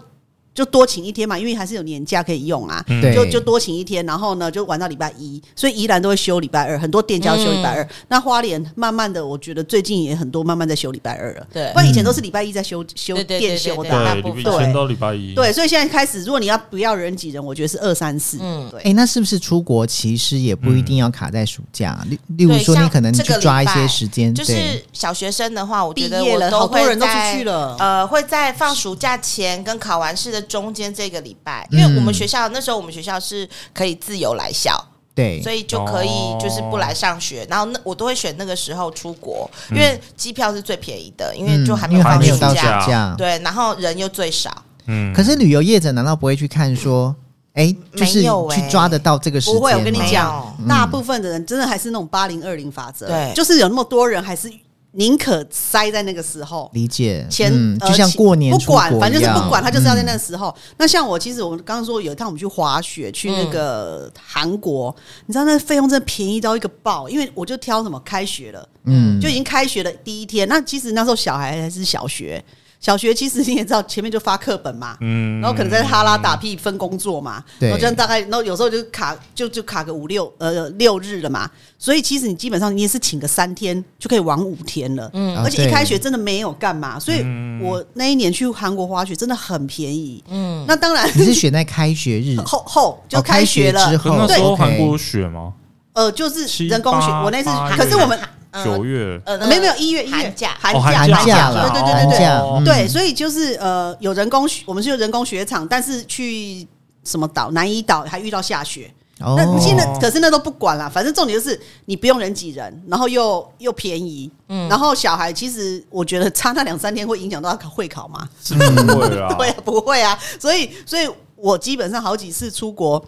S3: 就多请一天嘛，因为还是有年假可以用啊，
S2: 嗯
S1: 对，
S3: 就就多请一天，然后呢就玩到礼拜一，所以宜兰都会休礼拜二，很多店家会休礼
S4: 嗯
S3: 拜二。那花莲慢慢的，我觉得最近也很多慢慢在休礼拜二了，
S4: 对
S3: 不然以前都是礼拜一在休休
S4: 对对对
S3: 店休的啊。
S4: 大
S2: 对，
S4: 部分
S2: 礼拜天到礼拜一，
S3: 对，所以现在开始，如果你要不要人挤人，我觉得是二三四。嗯，
S1: 哎、
S3: 对，
S1: 那是不是出国其实也不一定要卡在暑假？
S3: 嗯
S1: 例、例如
S4: 对
S1: 说，你
S4: 像
S1: 可能
S4: 这
S1: 去
S4: 个
S1: 抓一
S4: 礼拜
S1: 些时间，
S4: 就
S1: 对
S4: 是小学生的话，我觉得
S3: 毕业
S4: 我
S3: 了
S4: 都
S3: 好多
S4: 会
S3: 人都出
S4: 在
S3: 去了
S4: 呃，会在放暑假前跟考完试的中间这个礼拜，因为我们学校那时候我们学校是可以自由来校，
S1: 对
S4: 所以就可以
S2: 哦
S4: 就是不来上学，然后那我都会选那个时候出国，因为机票是最便宜的，因为就还没
S1: 嗯
S4: 有
S1: 因为还
S4: 放
S1: 没有
S4: 暑
S1: 到暑
S2: 假
S1: 假。嗯
S4: 对，然后人又最少，
S2: 嗯，
S1: 可是旅游业者难道不会去看说，哎、
S3: 嗯
S1: 就是
S4: 没有哎
S1: 去抓得到这个时间
S3: 不
S1: 吗？
S3: 会，我跟你
S4: 没
S3: 讲
S4: 有，
S3: 大部分的人真的还是那种八零二零法则，
S4: 对
S3: 就是有那么多人还是宁可塞在那个时候。
S1: 理解，
S3: 前、
S1: 嗯，
S3: 呃
S1: 就像
S3: 前
S1: 过年
S3: 不
S1: 出
S3: 管，
S1: 国
S3: 反正
S1: 一
S3: 就是
S1: 样
S3: 不管，他就是要在那
S1: 嗯
S3: 个时候。那像我，其实我们刚刚说有一趟我们去滑雪，去
S1: 嗯
S3: 那个韩国，你知道那费用真的便宜到一个爆，因为我就挑什么开学了，
S1: 嗯
S3: 就已经开学的第一天。那其实那时候小孩还是小学，小学其实你也知道前面就发课本嘛，
S2: 嗯
S3: 然后可能在哈拉打屁分工作嘛，
S1: 对
S3: 然后这样大概，然后有时候就卡就就卡个五六呃六日了嘛，所以其实你基本上你也是请个三天就可以玩五天了，嗯，而且一开学真的没有干嘛，所以我那一年去韩国滑雪真的很便宜，嗯，那当然
S1: 你是选在开学日
S3: 后后就
S1: 哦开
S3: 学了，
S1: 之
S2: 可是那
S1: 后，
S2: 时候
S1: OK
S2: 韩国有雪吗？
S3: 呃，就是
S2: 七
S3: 人工雪，
S2: 八
S3: 我那次
S2: 八
S3: 可是我们呃
S4: 嗯
S2: 九月
S4: 呃，那个
S3: 没有没有一月一月
S4: 寒假
S3: 呃
S2: 哦
S3: 寒假
S1: 寒假
S3: 对
S1: 啦
S3: 对对对
S1: 寒
S3: 对
S1: 假嗯
S3: 对，所以就是呃，有人工雪，我们是有人工雪场，但是去什么岛南怡岛还遇到下雪，
S1: 哦
S3: (laughs) 那现在可是那都不管啦，反正重点就是你不用人挤人，然后又又便宜，嗯，然后小孩其实我觉得差那两三天会影响到他会考吗？
S2: 是不会
S1: 哦
S2: 啊，
S3: (laughs) 对啊，不会啊，所以所以我基本上好几次出国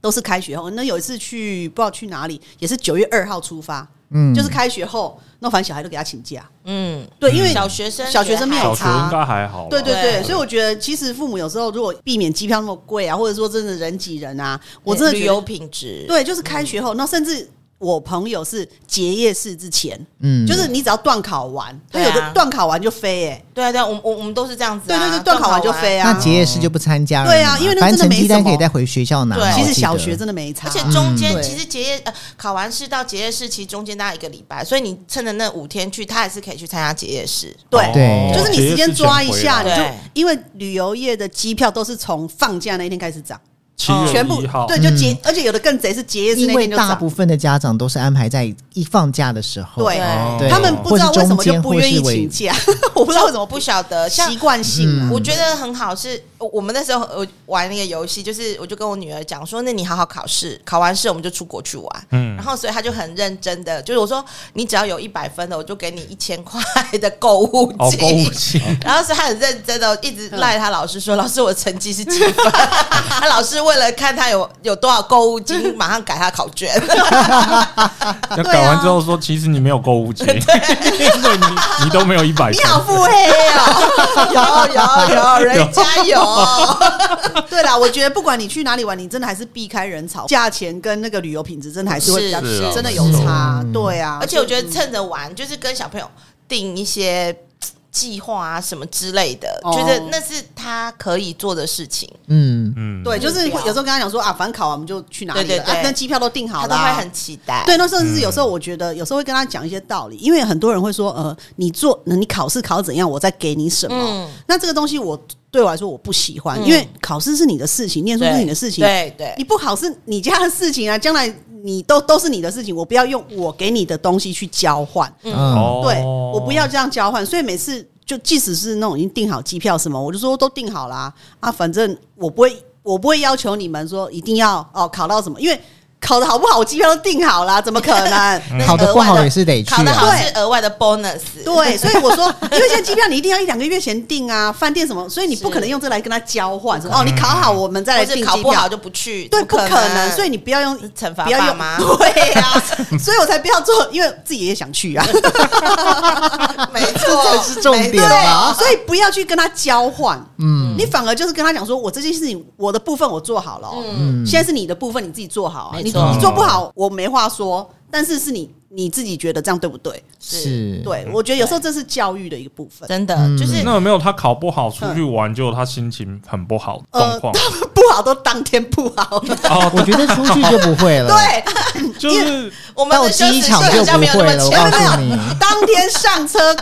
S3: 都是开学后，那有一次去不知道去哪里，也是九月二号出发，
S1: 嗯
S3: 就是开学后，那反正小孩都给他请假，
S4: 嗯，
S3: 对，因为
S4: 小学生
S3: 小学生没有
S2: 小学应
S3: 差。
S2: 该还好吧，
S3: 对对对，
S4: 对
S3: 所以我觉得其实父母有时候如果避免机票那么贵啊，或者说真的人挤人啊，我真的
S4: 旅
S3: 觉得
S4: 游品质，
S3: 对，就是开学
S1: 嗯
S3: 后，那甚至我朋友是结业式之前，
S1: 嗯
S3: 就是你只要断考完，他
S4: 对啊
S3: 有的断考完就飞，哎，
S4: 对啊对啊，我们我我们都是这样子
S3: 对
S4: 啊，
S3: 对对，断考完就飞
S1: 那
S3: 啊。
S1: 结业式就不参加了嘛，
S3: 对啊因为那
S1: 反
S3: 真的
S1: 正成
S3: 没
S1: 绩
S3: 什
S1: 单可以
S3: 么
S1: 带回学校拿。
S4: 对
S1: 我
S3: 其实
S1: 记
S3: 小
S1: 得哦
S3: 学真的没差，
S4: 哦而且中间
S3: 嗯
S4: 其实结业呃考完试到结业式，其实中间大概一个礼拜，所以你趁着那五天去，他还是可以去参加结业式。
S2: 哦
S3: 对
S1: 对
S3: 就是你时间
S1: 啊
S3: 抓一下，你
S4: 对
S3: 就因为旅游业的机票都是从放假那一天开始涨，
S2: 七月
S3: 全部
S2: 一号，
S3: 对，就结，而且有的更贼是结业是那
S1: 因为
S3: 天就
S1: 大
S3: 涨
S1: 部。分的家长都是安排在一放假的时候，
S3: 对
S2: 哦
S1: 对
S3: 他们不知道为什么就不愿意
S1: 或是
S3: 请
S1: 中
S3: 假， (laughs) 我不知道为什么不
S4: 不晓得，像
S3: 习惯性
S2: 嗯
S3: 啊。
S4: 我觉得很好是，我我们那时候我玩那个游戏，就是我就跟我女儿讲说，那你好好考试，考完试我们就出国去玩。
S2: 嗯
S4: 然后所以她就很认真的，就是我说你只要有一百分的，我就给你一千块的购物
S2: 哦，
S4: 金。
S2: 购物金，
S4: 然后是她很认真的，一直赖她老师说：“老师，我成绩是几分？”她老师为了看她有有多少购物金，马上改她考卷。
S3: 啊
S2: 那改完之后说，其实你没有购
S3: (laughs)
S2: 物金，因为 (laughs) 你你都没有一百
S3: 你
S2: 分，
S3: 好腹黑啊哦，有有有
S4: 人家有，
S3: (laughs) 对啦，我觉得不管你去哪里玩，你真的还是避开人潮，价钱跟那个旅游品质真的还是会比较
S2: 是啊
S3: 真的有差，对啊。
S4: 而且我觉得趁着玩，就是跟小朋友定一些嘖计划啊什么之类的，
S3: 哦
S4: 觉得那是他可以做的事情，
S1: 嗯，
S2: 嗯，
S3: 对，就是有时候跟他讲说啊，反正考完我们就去哪里了，
S4: 对对对
S3: 啊那机票都订好
S4: 他
S3: 了，
S4: 都会很期待。
S3: 对，那甚至是有时候我觉得，有时候会跟他讲一些道理，因为很多人会说，呃，你做你考试考怎样，我再给你什么。
S4: 嗯
S3: 那这个东西我对我来说我不喜欢，
S4: 嗯
S3: 因为考试是你的事情，念书
S4: 对，
S3: 是你的事情，
S4: 对对
S3: 你不考试你家的事情啊，将来你都都是你的事情，我不要用我给你的东西去交换，
S1: 嗯，
S2: 哦，
S3: 对我不要这样交换，所以每次就即使是那种已经订好机票什么，我就说都订好啦啊，反正我不会我不会要求你们说一定要哦考到什么，因为考的好不好我机票都订好啦，怎么可能？
S4: 那
S1: 考得不好
S4: 额外
S1: 也是得去啊
S4: 考得好是
S3: 对
S4: 额外的 bonus。
S3: 对，所以我说，因为现在机票你一定要一两个月前订啊，饭店什么，所以你不可能用这来跟他交换，说哦，你考好我们再来
S4: 或是
S3: 订
S4: 考
S3: 机
S4: 不好
S3: 票，
S4: 就不去，
S3: 对，不
S4: 不
S3: 可能，所以你不要用
S4: 是惩罚
S3: 不要
S4: 爸
S3: 用 (laughs)
S4: 妈 (laughs)
S3: 对
S4: 啊
S3: 呀，所以我才不要做，因为自己也想去啊，
S4: 没 (laughs) 错，
S1: 是重点
S3: 对，
S1: 吧？
S3: 所以不要去跟他交换，
S1: 嗯，
S3: 你反而就是跟他讲说，我这件事情我的部分我做好了哦，
S1: 嗯
S3: 现在是你的部分你自己做好啊，
S4: 没
S3: 你
S4: 错
S3: 你做不好我没话说，但是是你你自己觉得这样对不对？
S1: 是，
S3: 对，我觉得有时候这是教育的一个部分。
S4: 真的
S1: 嗯
S4: 就是
S2: 那有没有他考不好出去玩，结果他心情很不好
S3: 嗯
S2: 状
S3: 呃
S2: 况？
S3: 不好都当天不好，
S2: 哦，
S1: 我觉得出去就不会了，
S3: 对，
S2: 就是
S4: 我们
S1: 到
S4: 的休
S1: 机
S4: 息
S1: 场
S4: 就
S1: 就
S4: 比较
S1: 不
S4: 没有那
S1: 会
S4: 么
S1: 了，我
S4: 强。
S1: 告诉
S3: (laughs)
S1: 你，
S3: 当天上车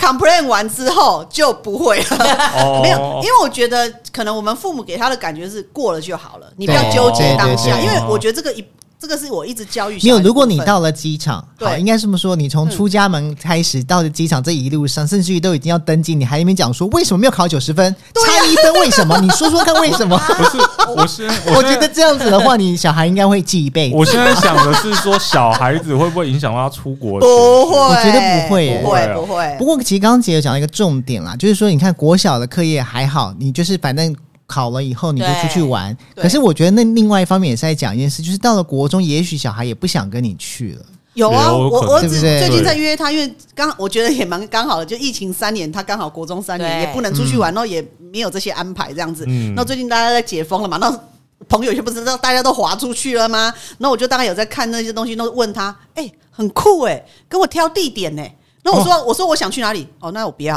S3: complain 完之后就不会了。
S2: 哦，
S3: (laughs) 没有，因为我觉得可能我们父母给他的感觉是过了就好了，你不要
S1: 对
S3: 纠结当下，
S2: 对对
S3: 因
S2: 对
S3: 为我觉得这个一这个是我一直教育小孩
S1: 没有，
S3: 的
S1: 如果
S3: 部
S1: 你
S3: 分
S1: 到了机场，
S3: 对嗯
S1: 好，应该这么说，你从出家门开始到了机场这一路上，甚至于都已经要登记，你还一边讲说为什么没有考九十分，差一分为什么？你说说看为什
S3: (laughs)
S1: 么？
S2: 不是，我是
S1: 我
S2: 现
S1: 觉得
S2: 在
S1: 这样子的话，你小孩应该会记一辈子。
S2: 我现在想的是说，小孩子会不会影响到他出国的学
S3: 不会，
S2: 习？
S1: 我觉得不会欸
S2: 耶
S3: 不会，不会
S1: 不。过其实刚刚姐有讲到一个重点啦，就是说你看国小的课业还好，你就是反正。考了以后你就出去玩，
S3: 对
S1: 可是我觉得那另外一方面也是在讲一件事，就是到了国中，也许小孩也不想跟你去了。
S3: 有啊，
S2: 有
S3: 我
S2: 可
S3: 我儿
S1: 能对
S3: 子
S1: 不对
S3: 最近在约他，因为刚我觉得也蛮刚好的，就疫情三年，他刚好国中三年，
S4: 对
S3: 也不能出去玩，然后也没有这些安排这样子
S2: 嗯。
S3: 那最近大家在解封了嘛，那朋友就不知道大家都滑出去了吗？那我就大概有在看那些东西，都问他，哎，很酷哎，跟我挑地点呢。那我说我说我想去哪里？哦，那我不要。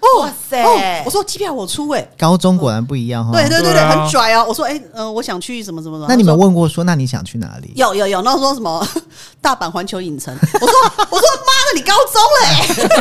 S3: 哦
S4: 哇塞
S3: 哦我说机票我出哎，
S1: 高中果然不一样哈。
S3: 对对对
S2: 对
S3: 对，
S2: 啊
S3: 很拽哦。我说哎，嗯，我想去什么什么什么。
S1: 哦那你
S3: 他
S1: 们
S3: 说
S1: 问过说，那你想去哪
S3: (laughs)
S1: 里？
S3: 有有有，那说什么大阪环球影城？我说我说妈的，你高中嘞、 (laughs)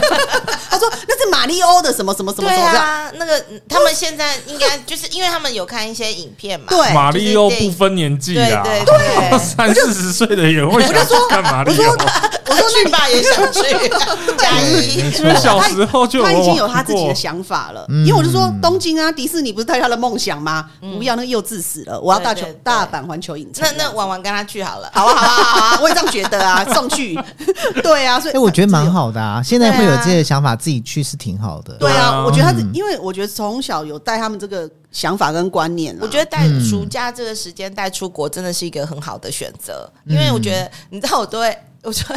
S3: 欸？他说那是马里欧的什么什么什么
S4: 对
S3: 什么这样。
S4: 啊，那个他们现在应该就是因为他们有看一些影片嘛，
S3: 对
S2: 马里奥不分年纪啊，
S4: 对对对
S2: 三四十岁的也会想去看马里啊
S3: 我说
S2: 奥。
S4: (laughs) 我说去吧，也想 (laughs) 去加
S1: (laughs)
S4: 一。
S2: 你是
S1: 哎
S2: 不是小时候就
S3: 他已经有
S2: 玩
S3: 他自己
S2: 过
S3: 的想法了，因为我就说东京啊，迪士尼不是带他的梦想吗？不要那个幼稚死了，我要大
S4: 对
S3: 球
S4: 对对
S3: 大阪环球影城
S4: 那
S3: 啊。
S4: 那婉婉跟他去好了。
S3: 好啊，好啊，好啊，我也这样觉得啊，送去， (laughs) 对啊，所以
S1: 哎、我觉得蛮好的啊，现在会有
S4: 对啊
S1: 这些想法，自己去是挺好的。
S3: 对
S2: 对啊
S3: 啊，我觉得他是
S1: 嗯
S3: 因为我觉得从小有带他们这个想法跟观念啦，啊
S4: 我觉得带
S1: 嗯
S4: 暑假这个时间带出国真的是一个很好的选择，
S1: 嗯
S4: 因为我觉得你知道我都会， (laughs) 我就会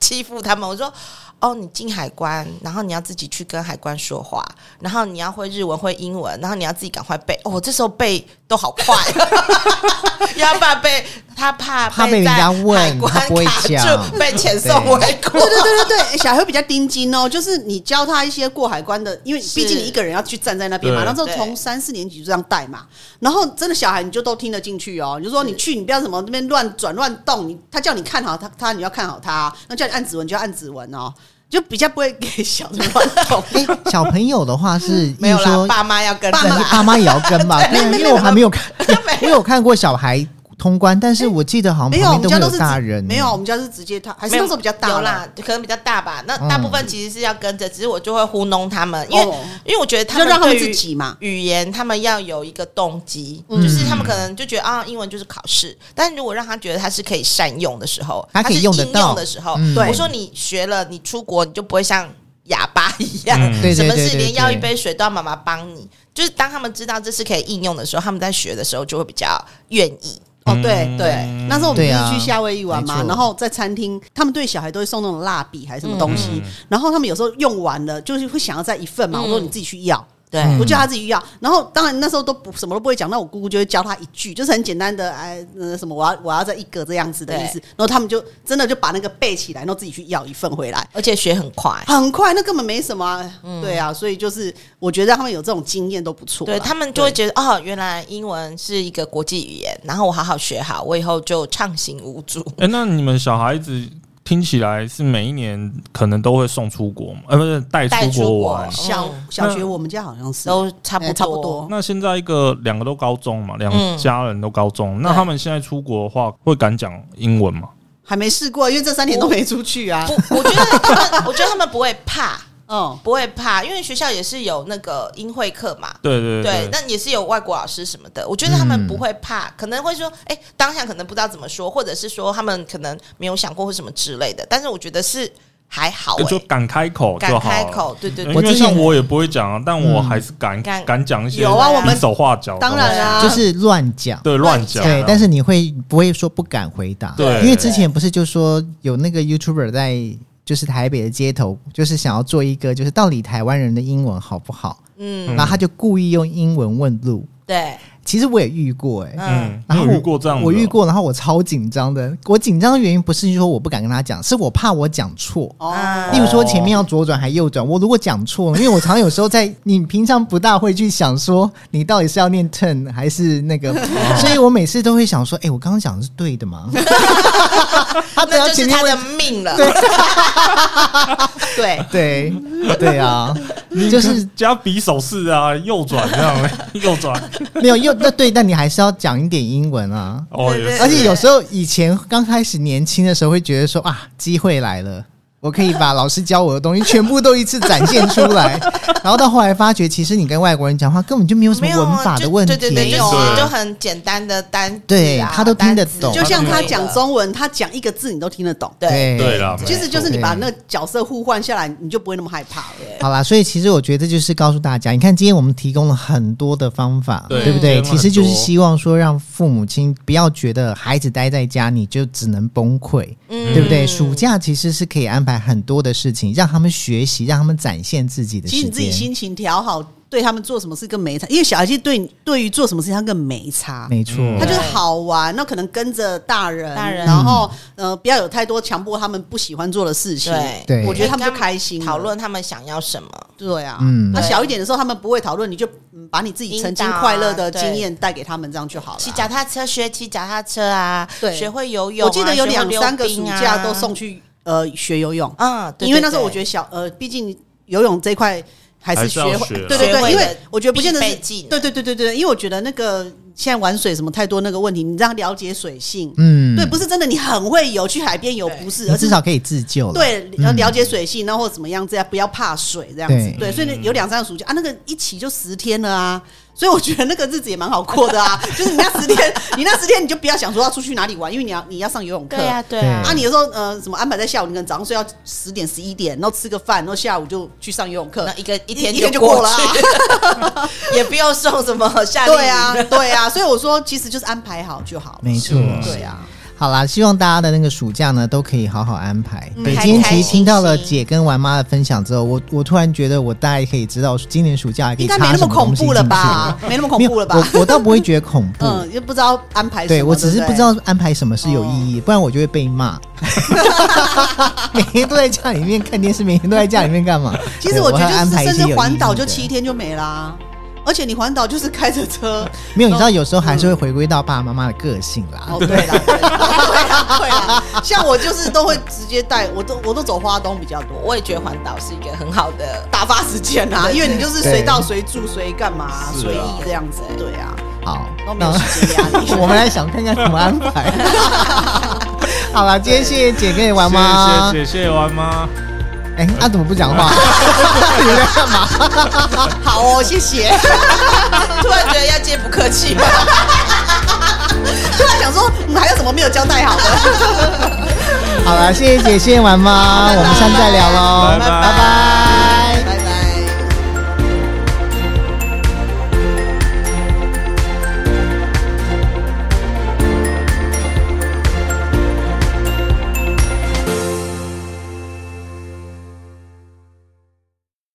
S4: 欺负他们，我说。哦，你进海关，然后你要自己去跟海关说话，然后你要会日文、会英文，然后你要自己赶快背。哦，我这时候背都好快， (laughs) 要不然被他怕
S1: 怕被人
S4: 在
S1: 家问
S4: 海关
S1: 他不会
S4: 卡住
S1: 讲
S4: 被遣送
S1: 对
S4: 回国
S3: 对。对对对对，小孩会比较盯紧哦，就是你教他一些过海关的，因为
S4: 是
S3: 毕竟你一个人要去站在那边嘛，
S2: 对
S3: 然后
S4: 对
S3: 从三四年级就这样带嘛，然后真的小孩你就都听得进去哦，你就说你去你不要什么那边乱转乱动，你他叫你看好他他你要看好他，那叫你按指纹就要按指纹哦，就比较不会给小孩乱
S4: (laughs)
S3: 动。
S1: 哎、小朋友的话
S3: (laughs)
S1: 是，
S4: 没有
S1: 例如
S4: 啦，
S1: 说
S4: 爸妈要跟
S1: 爸妈爸妈也要跟吧？对啊，因为我还没有看，
S3: (laughs)
S1: 因为我看过小孩通关，但是我记得好像
S3: 没有，
S1: 旁
S3: 我
S1: 边
S3: 们
S1: 都会
S3: 家
S1: 有
S3: 都是
S1: 大
S3: 直
S1: 人，
S3: 没有，我们家是直接他，还是
S4: 没有
S3: 那时候比较大
S4: 有
S3: 了
S4: 啦，可能比较大吧。那大部分其实是要跟着，只是我就会糊弄他们，因为、
S3: 哦
S4: 因为我觉得他
S3: 就
S4: 们
S3: 让他们
S4: 对于
S3: 自己嘛
S4: 语言，他们要有一个动机，
S1: 嗯
S4: 就是他们可能就觉得啊，英文就是考试，但如果让他觉得他是可以善用的时候，
S1: 他可以
S4: 是
S1: 用得
S4: 应
S1: 到
S4: 用的时候，
S1: 嗯
S3: 对
S4: 哦我说你学了，你出国你就不会像哑巴一样，
S2: 嗯
S1: 对
S4: 什
S1: 对
S4: 么
S1: 对
S4: 事
S1: 对
S4: 连要一
S1: 对
S4: 杯水都要妈妈帮你。就是当他们知道这是可以应用的时候，他们在学的时候就会比较愿意。
S3: 哦，对
S2: 嗯
S3: 对，那时候我们
S1: 对
S3: 不
S1: 啊
S3: 是去夏威夷玩嘛
S1: 没，错
S3: 然后在餐厅，他们对小孩都会送那种蜡笔还是什么东西
S2: 嗯，
S3: 然后他们有时候用完了，就是会想要再一份嘛。
S4: 嗯
S3: 我说你自己去要，
S4: 对
S1: 嗯
S3: 我叫他自己去要。然后当然那时候都不什么都不会讲，那我姑姑就会教他一句，就是很简单的，哎，呃什么我要我要再一个这样子的意思。然后他们就真的就把那个背起来，然后自己去要一份回来。
S4: 而且学很快，
S3: 很快，那根本没什么啊、对啊，所以就是我觉得他们有这种经验都不错啦。
S4: 嗯对他们就会觉得哦，原来英文是一个国际语言，然后我好好学好，我以后就畅行无阻。
S2: 哎、那你们小孩子听起来是每一年可能都会送出国吗？呃，不是带
S4: 带
S2: 出
S4: 出
S2: 国
S4: 国
S2: 玩。
S3: 小
S4: 嗯
S3: 小学
S2: 那
S3: 我们家好像是
S4: 都差不多，
S3: 哎差不多
S2: 那现在一个两个都高中嘛，两
S4: 嗯
S2: 家人都高中，那他们现在出国的话，会敢讲英文吗？
S3: 还没试过，因为这三年都没出去啊。
S4: 不，我觉得他们， (laughs) 我觉得他们不会怕，
S3: 嗯，
S4: 不会怕，因为学校也是有那个英会课嘛。
S2: 对对
S4: 对
S2: 对，
S4: 那也是有外国老师什么的，我觉得他们
S1: 嗯
S4: 不会怕，可能会说，哎、当下可能不知道怎么说，或者是说他们可能没有想过或什么之类的，但是我觉得是还好、
S2: 呃就
S4: 欸，
S2: 敢开口就
S4: 敢
S2: 好
S4: 开
S2: 了。
S4: 口，对对
S2: 因
S4: 对，
S1: 我
S2: 为
S1: 之
S2: 像
S1: 前
S2: 我也不会讲啊，但
S1: 嗯
S2: 我还是敢
S4: 敢
S2: 敢讲一些
S3: 有啊我们
S2: 比手画脚的东西，
S3: 当然啊，
S1: 就是乱讲。
S2: 对乱讲啊。
S1: 对，但是你会不会说不敢回答？
S2: 对
S1: 因为之前不是就说有那个 YouTuber 在就是台北的街头，就是想要做一个就是到底台湾人的英文好不好，
S4: 嗯，
S1: 然后他就故意用英文问路。
S4: 对，
S1: 其实我也遇过哎、
S2: 嗯，你
S1: 然后
S2: 有
S1: 我
S2: 遇过这样的？
S1: 我遇。过，然后我超紧张的。我紧张的原因不是说我不敢跟他讲，是我怕我讲错。
S3: 哦
S1: 例如说前面要左转还右转，我如果讲错了，因为我常有时候在你平常不大会去想说你到底是要念
S4: 哦
S1: turn 还是那个，所以我每次都会想说，哎、我刚刚讲的是对的
S4: (laughs)
S1: 吗？他不
S4: 那
S1: 要
S4: 就
S1: 前
S4: 是
S1: 面
S4: 他
S1: 问
S4: 的命 (laughs) 了，
S3: (laughs) 对，
S1: 对对啊，就是
S2: 加比手势啊，右转这样， (laughs) 右转。
S1: 没有又那对，但你还是要讲一点英文啊。
S2: 哦，
S4: 对对
S2: 也是
S1: 而且有时候以前刚开始年轻的时候，会觉得说啊，机会来了，我可以把老师教我的东西全部都一次展现出来。然后到后来发觉，其实你跟外国人讲话根本就没有什么
S4: 没有啊
S1: 文法的问题，
S4: 就对对对，就
S2: 没有啊
S4: 是就很简单的单字啊，
S1: 对他都听得
S4: 单字
S1: 懂
S3: 就像他讲
S4: 对
S3: 中文，他讲一个字你都听得懂。
S4: 对
S1: 对
S2: 对啦，
S3: 其实就是你
S1: 对
S3: 把那个角色互换下来，你就不会那么害怕了。
S1: 好啦，所以其实我觉得就是告诉大家，你看今天我们提供了很多的方法，
S2: 对
S1: 不
S2: 提
S1: 对？
S2: 供了
S1: 其
S2: 很多
S1: 实就是希望说让父母亲不要觉得孩子待在家你就只能崩溃，
S4: 嗯
S1: 对不对？暑假其实是可以安排很多的事情，让他们学习，让他们展现自己的时
S3: 其实
S1: 间。
S3: 你自己心情调好，对他们做什么事更没差，因为小孩其实对你对于做什么事情他更没差。
S1: 没错，
S2: 嗯
S3: 啊他就是好玩，那可能跟着大人，
S4: 大人
S3: 然后呃，不要有太多强迫他们不喜欢做的事情。
S4: 对哎
S1: 对
S3: 我觉得他们就开心了
S4: 讨论他们想要什么，
S3: 对啊，
S1: 嗯
S3: 那
S4: 对
S3: 小一点的时候他们不会讨论，你就嗯把你自己曾经
S4: 引导啊
S3: 快乐的
S4: 对
S3: 经验带给他们，这样就好了
S4: 骑
S3: 啊。
S4: 脚踏车学骑脚踏车啊，
S3: 对
S4: 学会游泳啊、
S3: 我记得有两三个
S4: 学
S3: 暑
S4: 会溜冰啊
S3: 假都送，去呃学游泳，
S4: 嗯，对
S3: 因为那时候我觉得
S4: 得
S3: 小呃，毕竟游泳这一块还
S2: 还
S3: 是
S2: 是要
S3: 学
S2: 学啦
S3: 对对
S4: 学会
S3: 对，因
S4: 的
S3: 为我觉得不见得
S4: 必
S3: 是
S4: 备技能
S3: 对对对对对，因为我觉得那个现在玩水什么太多那个问题，你让他了解水性，
S1: 嗯
S3: 对不是真的你很会游，去海边游不是，
S1: 你
S3: 而是
S1: 至少可以自救了。，
S3: 对要了解水性，然后或怎么样，这样不要怕水这样子
S1: 嗯对。
S3: 对，所以
S5: 嗯
S3: 有两三个暑假啊，那个一起就十天了啊。所以我觉得那个日子也蛮好过
S1: (laughs)
S3: 的啊，就是你那十天，你那十天你就不要想说要出去哪里玩，因为你要你要上游泳课
S5: 对啊，对啊，
S3: 啊，你有时候呃，什么安排在下午？你可能早上睡到十点、十一点，然后吃个饭，然后下午就去上游泳课
S5: 那，一个一天
S3: 一天就
S5: 过
S3: 过了啊
S4: (laughs)
S5: 去也不用送什么夏令营
S3: (laughs) 对啊，对啊，所以我说其实就是安排好就好。
S1: 没错。
S3: 对啊，
S1: 好啦，希望大家的那个暑假呢，都可以好好安排。
S5: 嗯
S1: 对，
S5: 开
S1: 今天
S5: 开
S1: 其实
S5: 心
S1: 听到了
S5: 心
S1: 姐跟玩妈的分享之后，我我突然觉得我大概可以知道今年暑假还可以
S3: 应该
S1: 插
S3: 没那
S1: 什
S3: 么
S1: 么东
S3: 恐
S1: 西
S3: 怖了
S1: 进去
S3: 吧？没那么恐
S1: 没有
S3: 怖了吧？
S1: 我我倒不会觉得恐怖。
S3: 嗯，又不知道安排什么。
S1: 对，
S3: 对
S1: 我只是不
S3: 对哦
S1: 知道安排什么是有意义，不然我就会被
S3: (laughs)
S1: 骂。每天都在家里面看电视，每天都在家里面干嘛？
S3: 其实
S1: 对
S3: 我
S1: 我
S3: 觉
S1: 要
S3: 得
S1: 安
S3: 就
S1: 排
S3: 是，
S1: 一些
S3: 甚
S1: 有
S3: 至环岛
S1: 意义
S3: 就
S1: 的
S3: 七天就没啦。而且你环岛就是开着
S1: (laughs)
S3: 车，
S1: 没有，你知道有时候还是会回归到爸爸妈妈的个性啦
S3: 哦，。对啦，
S1: (laughs)
S3: 对啦，对啦，像我就是都会直接带，我都我都走花东比较多，
S5: 我也觉得环岛是一个很好的
S3: 打发时间啊，
S5: 对
S3: 因为你就是
S1: 对
S3: 随到随住随干嘛啊
S2: 是啊
S3: 随意这样子，对啊，
S1: 好，
S3: 都没
S1: 那
S3: 有时间压力。
S1: (laughs) 我们来想看看怎么安
S3: (laughs)
S1: 排。好了，今天谢谢姐跟你玩吗？
S2: 谢谢谢谢玩吗？
S1: 哎，阿、怎么不讲话？你们在干嘛？
S3: 好哦，谢谢。 (laughs)
S5: 突然觉得要接不客气，
S3: 突然想说，嗯，还有什么没有交代好的？
S1: 好了，谢谢姐，谢谢玩吗？我们下次再聊喽，
S2: 拜拜
S1: 拜拜